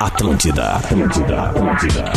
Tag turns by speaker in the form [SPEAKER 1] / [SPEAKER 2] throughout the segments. [SPEAKER 1] Atlântida, Atlântida, Atlântida.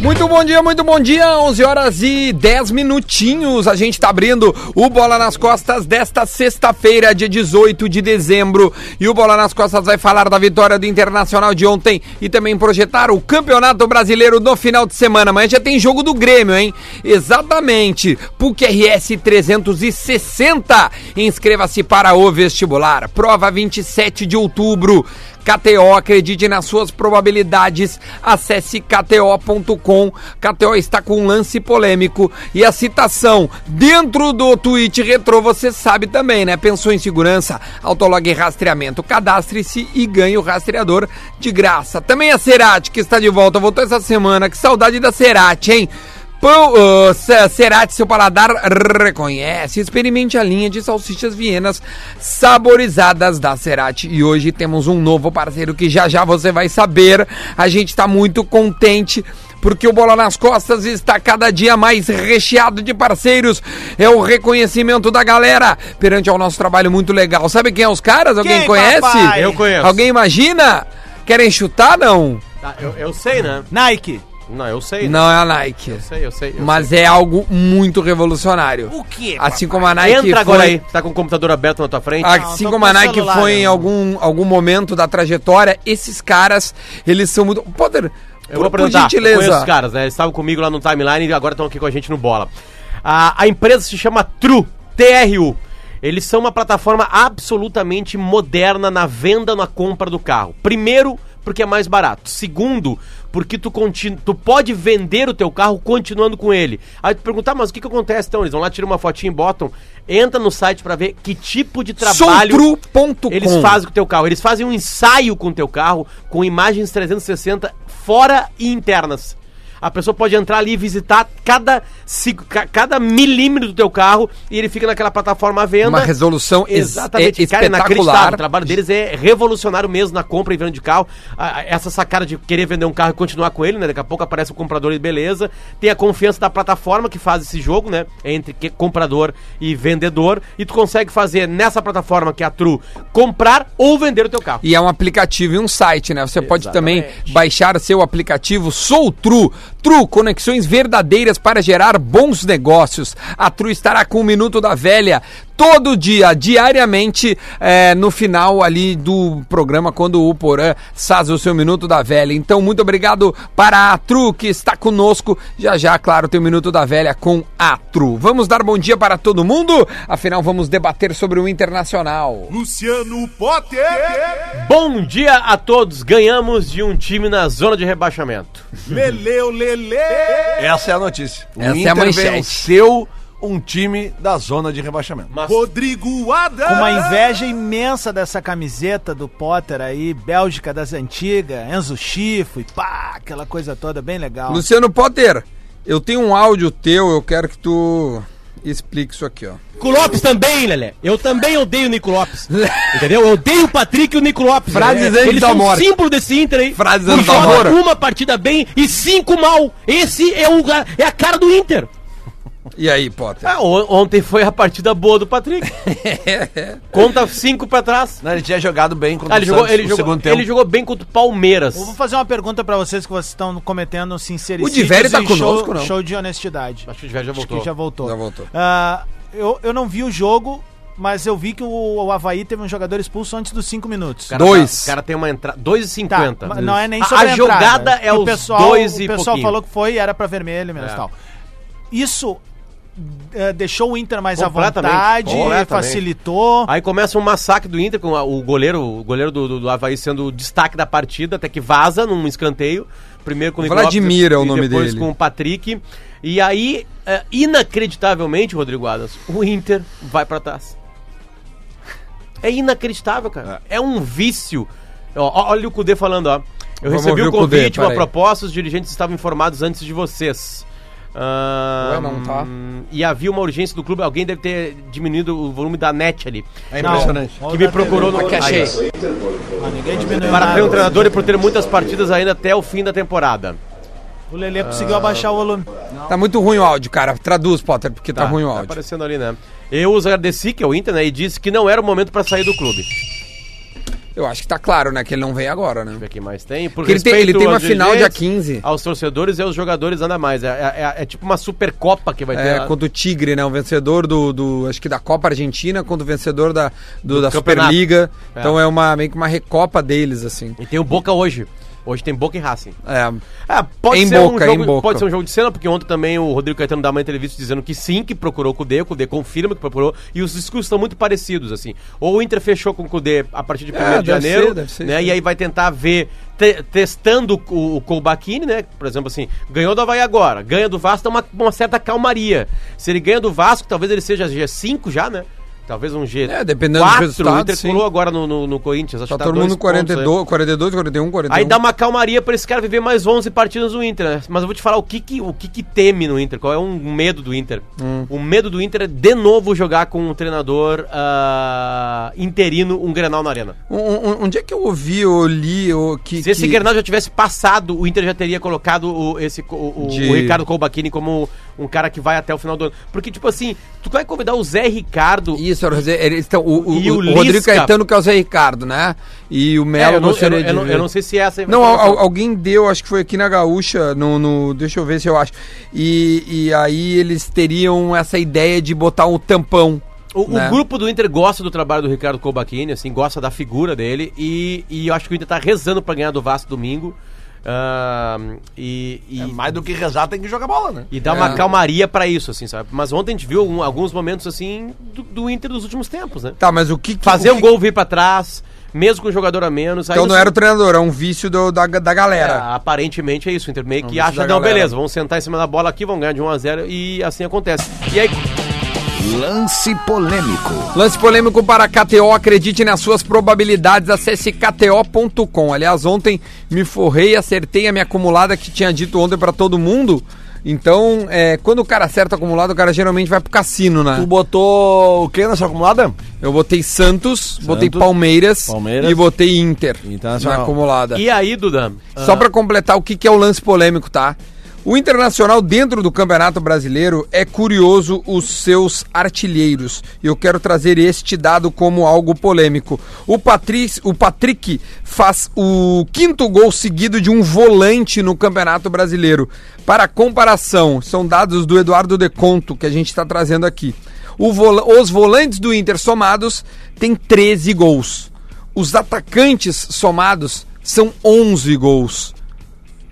[SPEAKER 2] Muito bom dia, muito bom dia. 11 horas e 10 minutinhos. A gente tá abrindo o Bola nas Costas desta sexta-feira, dia 18 de dezembro. E o Bola nas Costas vai falar da vitória do Internacional de ontem e também projetar o Campeonato Brasileiro no final de semana. Amanhã já tem jogo do Grêmio, hein? Exatamente. PUC RS 360. Inscreva-se para o vestibular. Prova 27 de outubro. KTO, acredite nas suas probabilidades. Acesse kto.com. KTO está com um lance polêmico e a citação dentro do tweet retrô você sabe também, né? Pensou em segurança, autolog e rastreamento. Cadastre-se e ganhe o rastreador de graça. Também a Cerati que está de volta, voltou essa semana. Que saudade da Cerati, hein? Pão uh, Cerati, seu paladar reconhece. Experimente a linha de salsichas vienas saborizadas da Cerati. E hoje temos um novo parceiro que já já você vai saber. A gente está muito contente porque o Bola nas Costas está cada dia mais recheado de parceiros. É o reconhecimento da galera perante ao nosso trabalho muito legal. Sabe quem é os caras? Alguém
[SPEAKER 3] Quem,
[SPEAKER 2] conhece?
[SPEAKER 3] papai?
[SPEAKER 4] Eu conheço.
[SPEAKER 2] Alguém imagina? Querem chutar, não?
[SPEAKER 4] Tá, eu, eu sei, né?
[SPEAKER 3] Nike.
[SPEAKER 4] Não, eu sei. né?
[SPEAKER 2] Não é a Nike.
[SPEAKER 4] Eu sei, eu sei. eu
[SPEAKER 2] Mas é algo muito revolucionário.
[SPEAKER 3] O quê?
[SPEAKER 2] Assim como a
[SPEAKER 4] sei.
[SPEAKER 2] Nike
[SPEAKER 4] Entra agora
[SPEAKER 2] foi-
[SPEAKER 4] aí. Tá com o computador aberto na tua frente.
[SPEAKER 3] Não,
[SPEAKER 2] Assim
[SPEAKER 3] tô
[SPEAKER 2] como a
[SPEAKER 3] com o
[SPEAKER 2] Nike
[SPEAKER 3] celular, né?
[SPEAKER 2] foi em
[SPEAKER 3] eu-
[SPEAKER 2] algum, algum momento da trajetória, esses caras, eles são muito. Poder,
[SPEAKER 4] eu vou
[SPEAKER 2] por, por
[SPEAKER 4] apresentar. Eu conheço
[SPEAKER 2] gentileza.
[SPEAKER 4] os caras, né? Eles estavam comigo lá no timeline e agora estão aqui com a gente no Bola. A, a empresa se chama Tru, T-R-U. Eles são uma plataforma absolutamente moderna na venda, na compra do carro. Primeiro, porque é mais barato. Segundo, porque tu, continu, tu pode vender o teu carro continuando com ele. Aí tu perguntar, mas o que, que acontece então? Eles vão lá, tiram uma fotinha e botam. Entra no site pra ver que tipo de trabalho...
[SPEAKER 2] Sontru.com.
[SPEAKER 4] Eles fazem com o teu carro. Eles fazem um ensaio com o teu carro, com imagens 360 fora e internas. A pessoa pode entrar ali e visitar cada, sig- ca- cada milímetro do teu carro e ele fica naquela plataforma à venda.
[SPEAKER 2] uma resolução ex-
[SPEAKER 4] Exatamente,
[SPEAKER 2] é-
[SPEAKER 4] cara,
[SPEAKER 2] espetacular.
[SPEAKER 4] inacreditável. O trabalho deles é revolucionário mesmo na compra e venda de carro. Ah, ah, Essa sacada de querer vender um carro e continuar com ele, né? Daqui a pouco aparece o comprador e beleza. Tem a confiança da plataforma que faz esse jogo, né? Entre que- comprador e vendedor. E tu consegue fazer nessa plataforma que é a True comprar ou vender o teu carro.
[SPEAKER 2] E é um aplicativo e um site, né? Você pode também baixar seu aplicativo Sou Tru. Tru, conexões verdadeiras para gerar bons negócios. A Tru estará com o Minuto da Velha todo dia, diariamente, eh, no final ali do programa, quando o Porã faz o seu Minuto da Velha. Então, muito obrigado para a Tru que está conosco. Já já, claro, tem o Minuto da Velha com a Tru. Vamos dar bom dia para todo mundo? Afinal, vamos debater sobre o Internacional.
[SPEAKER 5] Luciano Potter.
[SPEAKER 4] Bom dia a todos. Ganhamos de um time na zona de rebaixamento.
[SPEAKER 5] Leleu, Lele.
[SPEAKER 6] Essa é a notícia. O
[SPEAKER 2] Essa é a
[SPEAKER 6] Inter
[SPEAKER 2] manchete.
[SPEAKER 6] venceu um time da zona de rebaixamento.
[SPEAKER 4] Mas
[SPEAKER 5] Rodrigo Adams.
[SPEAKER 2] Ah!
[SPEAKER 3] Com uma inveja imensa dessa camiseta do Potter aí, Bélgica das antigas, Enzo Chifo e pá, aquela coisa toda bem legal.
[SPEAKER 2] Luciano Potter, eu tenho um áudio teu, eu quero que tu explique isso aqui, ó.
[SPEAKER 7] Nico Lopes também, Lelé. Eu também odeio o Nico Lopes. Entendeu? Eu odeio o Patrick e o Nico Lopes.
[SPEAKER 2] Frases
[SPEAKER 7] Lelé.
[SPEAKER 2] antes
[SPEAKER 7] Eles
[SPEAKER 2] da
[SPEAKER 7] são um
[SPEAKER 2] morte.
[SPEAKER 7] símbolo desse Inter, hein?
[SPEAKER 2] Frases
[SPEAKER 7] Por
[SPEAKER 2] antes da
[SPEAKER 7] favor,
[SPEAKER 2] morte.
[SPEAKER 7] uma partida bem e cinco mal. Esse é, o, é a cara do Inter.
[SPEAKER 2] E aí, Potter?
[SPEAKER 4] Ah, on- ontem foi a partida boa do Patrick. Conta cinco pra trás.
[SPEAKER 6] Não, ele tinha jogado bem contra
[SPEAKER 4] Ah, ele
[SPEAKER 6] o
[SPEAKER 4] jogou,
[SPEAKER 6] Santos
[SPEAKER 4] ele
[SPEAKER 6] no
[SPEAKER 4] jogou,
[SPEAKER 6] segundo tempo.
[SPEAKER 4] ele jogou bem contra o Palmeiras.
[SPEAKER 3] Eu vou fazer uma pergunta pra vocês que vocês estão cometendo sinceridade.
[SPEAKER 2] O Diverio tá conosco,
[SPEAKER 3] show,
[SPEAKER 2] não?
[SPEAKER 3] Show de honestidade.
[SPEAKER 4] Acho que o Diverio já
[SPEAKER 3] Acho
[SPEAKER 4] voltou.
[SPEAKER 3] que já voltou.
[SPEAKER 2] Já voltou.
[SPEAKER 3] Ah, eu, eu não vi o jogo, mas eu vi que o, o Havaí teve um jogador expulso antes dos cinco minutos.
[SPEAKER 4] cara
[SPEAKER 2] Dois.
[SPEAKER 4] tá- O cara tem uma entrada. 2,50.
[SPEAKER 3] Tá, mas não é nem
[SPEAKER 4] a,
[SPEAKER 3] sobre
[SPEAKER 4] a
[SPEAKER 3] entrada. né?
[SPEAKER 4] jogada é
[SPEAKER 3] o
[SPEAKER 4] os
[SPEAKER 3] pessoal,
[SPEAKER 4] dois e
[SPEAKER 3] O pessoal
[SPEAKER 4] pouquinho.
[SPEAKER 3] falou que foi e era pra vermelho mesmo
[SPEAKER 4] É.
[SPEAKER 3] tal. Isso eh, deixou o Inter mais à
[SPEAKER 4] Completamente,
[SPEAKER 3] vontade,
[SPEAKER 4] completamente.
[SPEAKER 3] facilitou.
[SPEAKER 4] Aí começa um massacre do Inter com a- o goleiro, o goleiro do, do, do Havaí sendo o destaque da partida, até que vaza num escanteio. Primeiro com o Nico
[SPEAKER 2] Vladimir é o
[SPEAKER 4] e
[SPEAKER 2] nome
[SPEAKER 4] depois
[SPEAKER 2] dele.
[SPEAKER 4] com o Patrick. E aí, é, inacreditavelmente, Rodrigo Adams, o Inter vai pra trás. É inacreditável, cara. É, um vício. Ó, ó, olha o Cudê falando, ó. Eu
[SPEAKER 2] Vamos
[SPEAKER 4] recebi
[SPEAKER 2] ouvir
[SPEAKER 4] o
[SPEAKER 2] o Kudê,
[SPEAKER 4] convite, uma
[SPEAKER 2] peraí.
[SPEAKER 4] proposta, os dirigentes estavam informados antes de vocês. Ah,
[SPEAKER 2] Ué, não tá.
[SPEAKER 4] E havia uma urgência do clube, alguém deve ter diminuído o volume da net ali.
[SPEAKER 6] É impressionante.
[SPEAKER 4] Que me procurou no que achei.
[SPEAKER 3] Ah, ninguém diminuiu
[SPEAKER 4] Para ter um
[SPEAKER 3] nada.
[SPEAKER 4] treinador e por ter muitas partidas ainda até o fim da temporada.
[SPEAKER 3] O Lelê
[SPEAKER 4] Ah.
[SPEAKER 3] conseguiu abaixar o volume.
[SPEAKER 2] Tá muito ruim o áudio, cara. Traduz, Potter, porque tá, ruim o
[SPEAKER 4] Tá
[SPEAKER 2] áudio.
[SPEAKER 4] aparecendo ali, né? Eu os agradeci, que é o Inter, né? E disse que não era o momento pra sair do clube.
[SPEAKER 2] Eu acho que tá claro, né? Que ele não vem agora, né?
[SPEAKER 4] Ver quem mais tem. Por
[SPEAKER 2] Porque ele tem-
[SPEAKER 4] respeito
[SPEAKER 2] ele tem uma
[SPEAKER 4] aos
[SPEAKER 2] final
[SPEAKER 4] dirigentes,
[SPEAKER 2] dia 15.
[SPEAKER 4] Aos torcedores e aos jogadores, nada mais. É, é- é- é tipo uma supercopa que vai ter.
[SPEAKER 2] É,
[SPEAKER 4] lá.
[SPEAKER 2] contra o Tigre, né? O vencedor do, do- acho que da Copa Argentina contra o vencedor da, do- da
[SPEAKER 4] campeonato.
[SPEAKER 2] Superliga. Então é uma, meio que uma recopa deles, assim.
[SPEAKER 4] E tem o Boca hoje. Hoje tem Boca e Racing.
[SPEAKER 2] É,
[SPEAKER 4] É, pode
[SPEAKER 2] Em
[SPEAKER 4] ser
[SPEAKER 2] Boca,
[SPEAKER 4] um
[SPEAKER 2] em
[SPEAKER 4] jogo,
[SPEAKER 2] Boca.
[SPEAKER 4] pode ser um jogo de cena, porque ontem também o Rodrigo Caetano dá uma entrevista dizendo que sim, que procurou o Cudê, o Cudê confirma que procurou, e os discursos estão muito parecidos, assim. Ou o Inter fechou com o Cudê a partir de 1 de
[SPEAKER 2] É, deve
[SPEAKER 4] janeiro,
[SPEAKER 2] ser, é. deve ser,
[SPEAKER 4] né?
[SPEAKER 2] sim.
[SPEAKER 4] E aí vai tentar ver, te- testando o, o Colbachini, né? Por exemplo, assim, ganhou do Havaí agora, ganha do Vasco, dá uma, uma certa calmaria. Se ele ganha do Vasco, talvez ele seja G5 já, né? Talvez um G4.
[SPEAKER 2] É, dependendo do
[SPEAKER 4] o
[SPEAKER 2] resultado,
[SPEAKER 4] Inter
[SPEAKER 2] sim.
[SPEAKER 4] colou agora no, no, no Corinthians. Acho
[SPEAKER 2] tá
[SPEAKER 4] que
[SPEAKER 2] todo mundo
[SPEAKER 4] dois
[SPEAKER 2] com
[SPEAKER 4] pontos, né?
[SPEAKER 2] 42, 42, 41, 41.
[SPEAKER 4] Aí dá uma calmaria pra esse cara viver mais 11 partidas no Inter, né? Mas eu vou te falar o que que, o que, que teme no Inter, qual é um medo do Inter.
[SPEAKER 2] Hum.
[SPEAKER 4] O medo do Inter é de novo jogar com um treinador ah, interino um Grenal na arena.
[SPEAKER 2] Um- um- onde é que eu ouvi ou li ou que.
[SPEAKER 4] Se esse
[SPEAKER 2] que-
[SPEAKER 4] Grenal já tivesse passado, o Inter já teria colocado o, esse, co- o, o-
[SPEAKER 2] De-
[SPEAKER 4] o Ricardo Colbachini como um cara que vai até o final do ano. Porque, tipo assim, tu vai convidar o Zé Ricardo...
[SPEAKER 2] Isso, era o Zé- eles estão. então, O, o-
[SPEAKER 4] E o
[SPEAKER 2] o Rodrigo
[SPEAKER 4] Lisca.
[SPEAKER 2] Caetano, que é o Zé Ricardo, né? E o
[SPEAKER 4] É,
[SPEAKER 2] Melo
[SPEAKER 4] eu, não, eu,
[SPEAKER 2] gostaria
[SPEAKER 4] não- eu
[SPEAKER 2] de
[SPEAKER 4] não-
[SPEAKER 2] ver.
[SPEAKER 4] eu não sei se essa é a
[SPEAKER 2] Não, al-
[SPEAKER 4] informação.
[SPEAKER 2] al- alguém deu, acho que foi aqui na Gaúcha, no, no- deixa eu ver se eu acho. E, e aí eles teriam essa ideia de botar um tampão.
[SPEAKER 4] O, o
[SPEAKER 2] né?
[SPEAKER 4] grupo do Inter gosta do trabalho do Ricardo Colbachini, assim, gosta da figura dele e, e eu acho que o Inter tá rezando pra ganhar do Vasco domingo. Ahn, e, e,
[SPEAKER 6] É mais do que rezar, tem que jogar bola, né?
[SPEAKER 4] e dá uma
[SPEAKER 2] É.
[SPEAKER 4] calmaria pra isso, assim, sabe? Mas ontem a gente viu algum- alguns momentos, assim, do, do Inter dos últimos tempos,
[SPEAKER 6] Tipo,
[SPEAKER 4] né?
[SPEAKER 2] Tá, mas o que. que-
[SPEAKER 4] Fazer
[SPEAKER 2] o
[SPEAKER 4] um
[SPEAKER 2] que-
[SPEAKER 4] gol vir pra trás, mesmo com um jogador a menos. aí
[SPEAKER 2] Então não
[SPEAKER 4] você-
[SPEAKER 2] era o treinador, é um vício do- da, da galera.
[SPEAKER 4] É, aparentemente é isso. O Inter meio que
[SPEAKER 2] isso
[SPEAKER 4] acha,
[SPEAKER 2] da
[SPEAKER 4] não,
[SPEAKER 2] galera.
[SPEAKER 4] beleza, vamos sentar em cima da bola aqui, vamos ganhar de 1 a 0 e assim acontece. E aí.
[SPEAKER 8] Lance polêmico.
[SPEAKER 2] Lance polêmico para KTO, acredite nas suas probabilidades, acesse kto.com. Aliás, ontem me forrei e acertei a minha acumulada que tinha dito ontem pra todo mundo. Então, é, quando o cara acerta acumulado, o cara geralmente vai pro cassino, né?
[SPEAKER 6] Tu botou o que na sua acumulada?
[SPEAKER 2] Eu botei Santos, botei Palmeiras,
[SPEAKER 6] Palmeiras.
[SPEAKER 2] e botei Inter na
[SPEAKER 6] Internacional.
[SPEAKER 2] acumulada.
[SPEAKER 4] E aí, Duda?
[SPEAKER 2] Só pra completar o que, que é o lance polêmico, tá? O Internacional dentro do Campeonato Brasileiro é curioso os seus artilheiros. E eu quero trazer este dado como algo polêmico. O Patrick, o Patrick faz o quinto gol seguido de um volante no Campeonato Brasileiro. Para comparação, são dados do Eduardo Deconto que a gente está trazendo aqui. O vola- os volantes do Inter somados têm 13 gols. Os atacantes somados são 11 gols.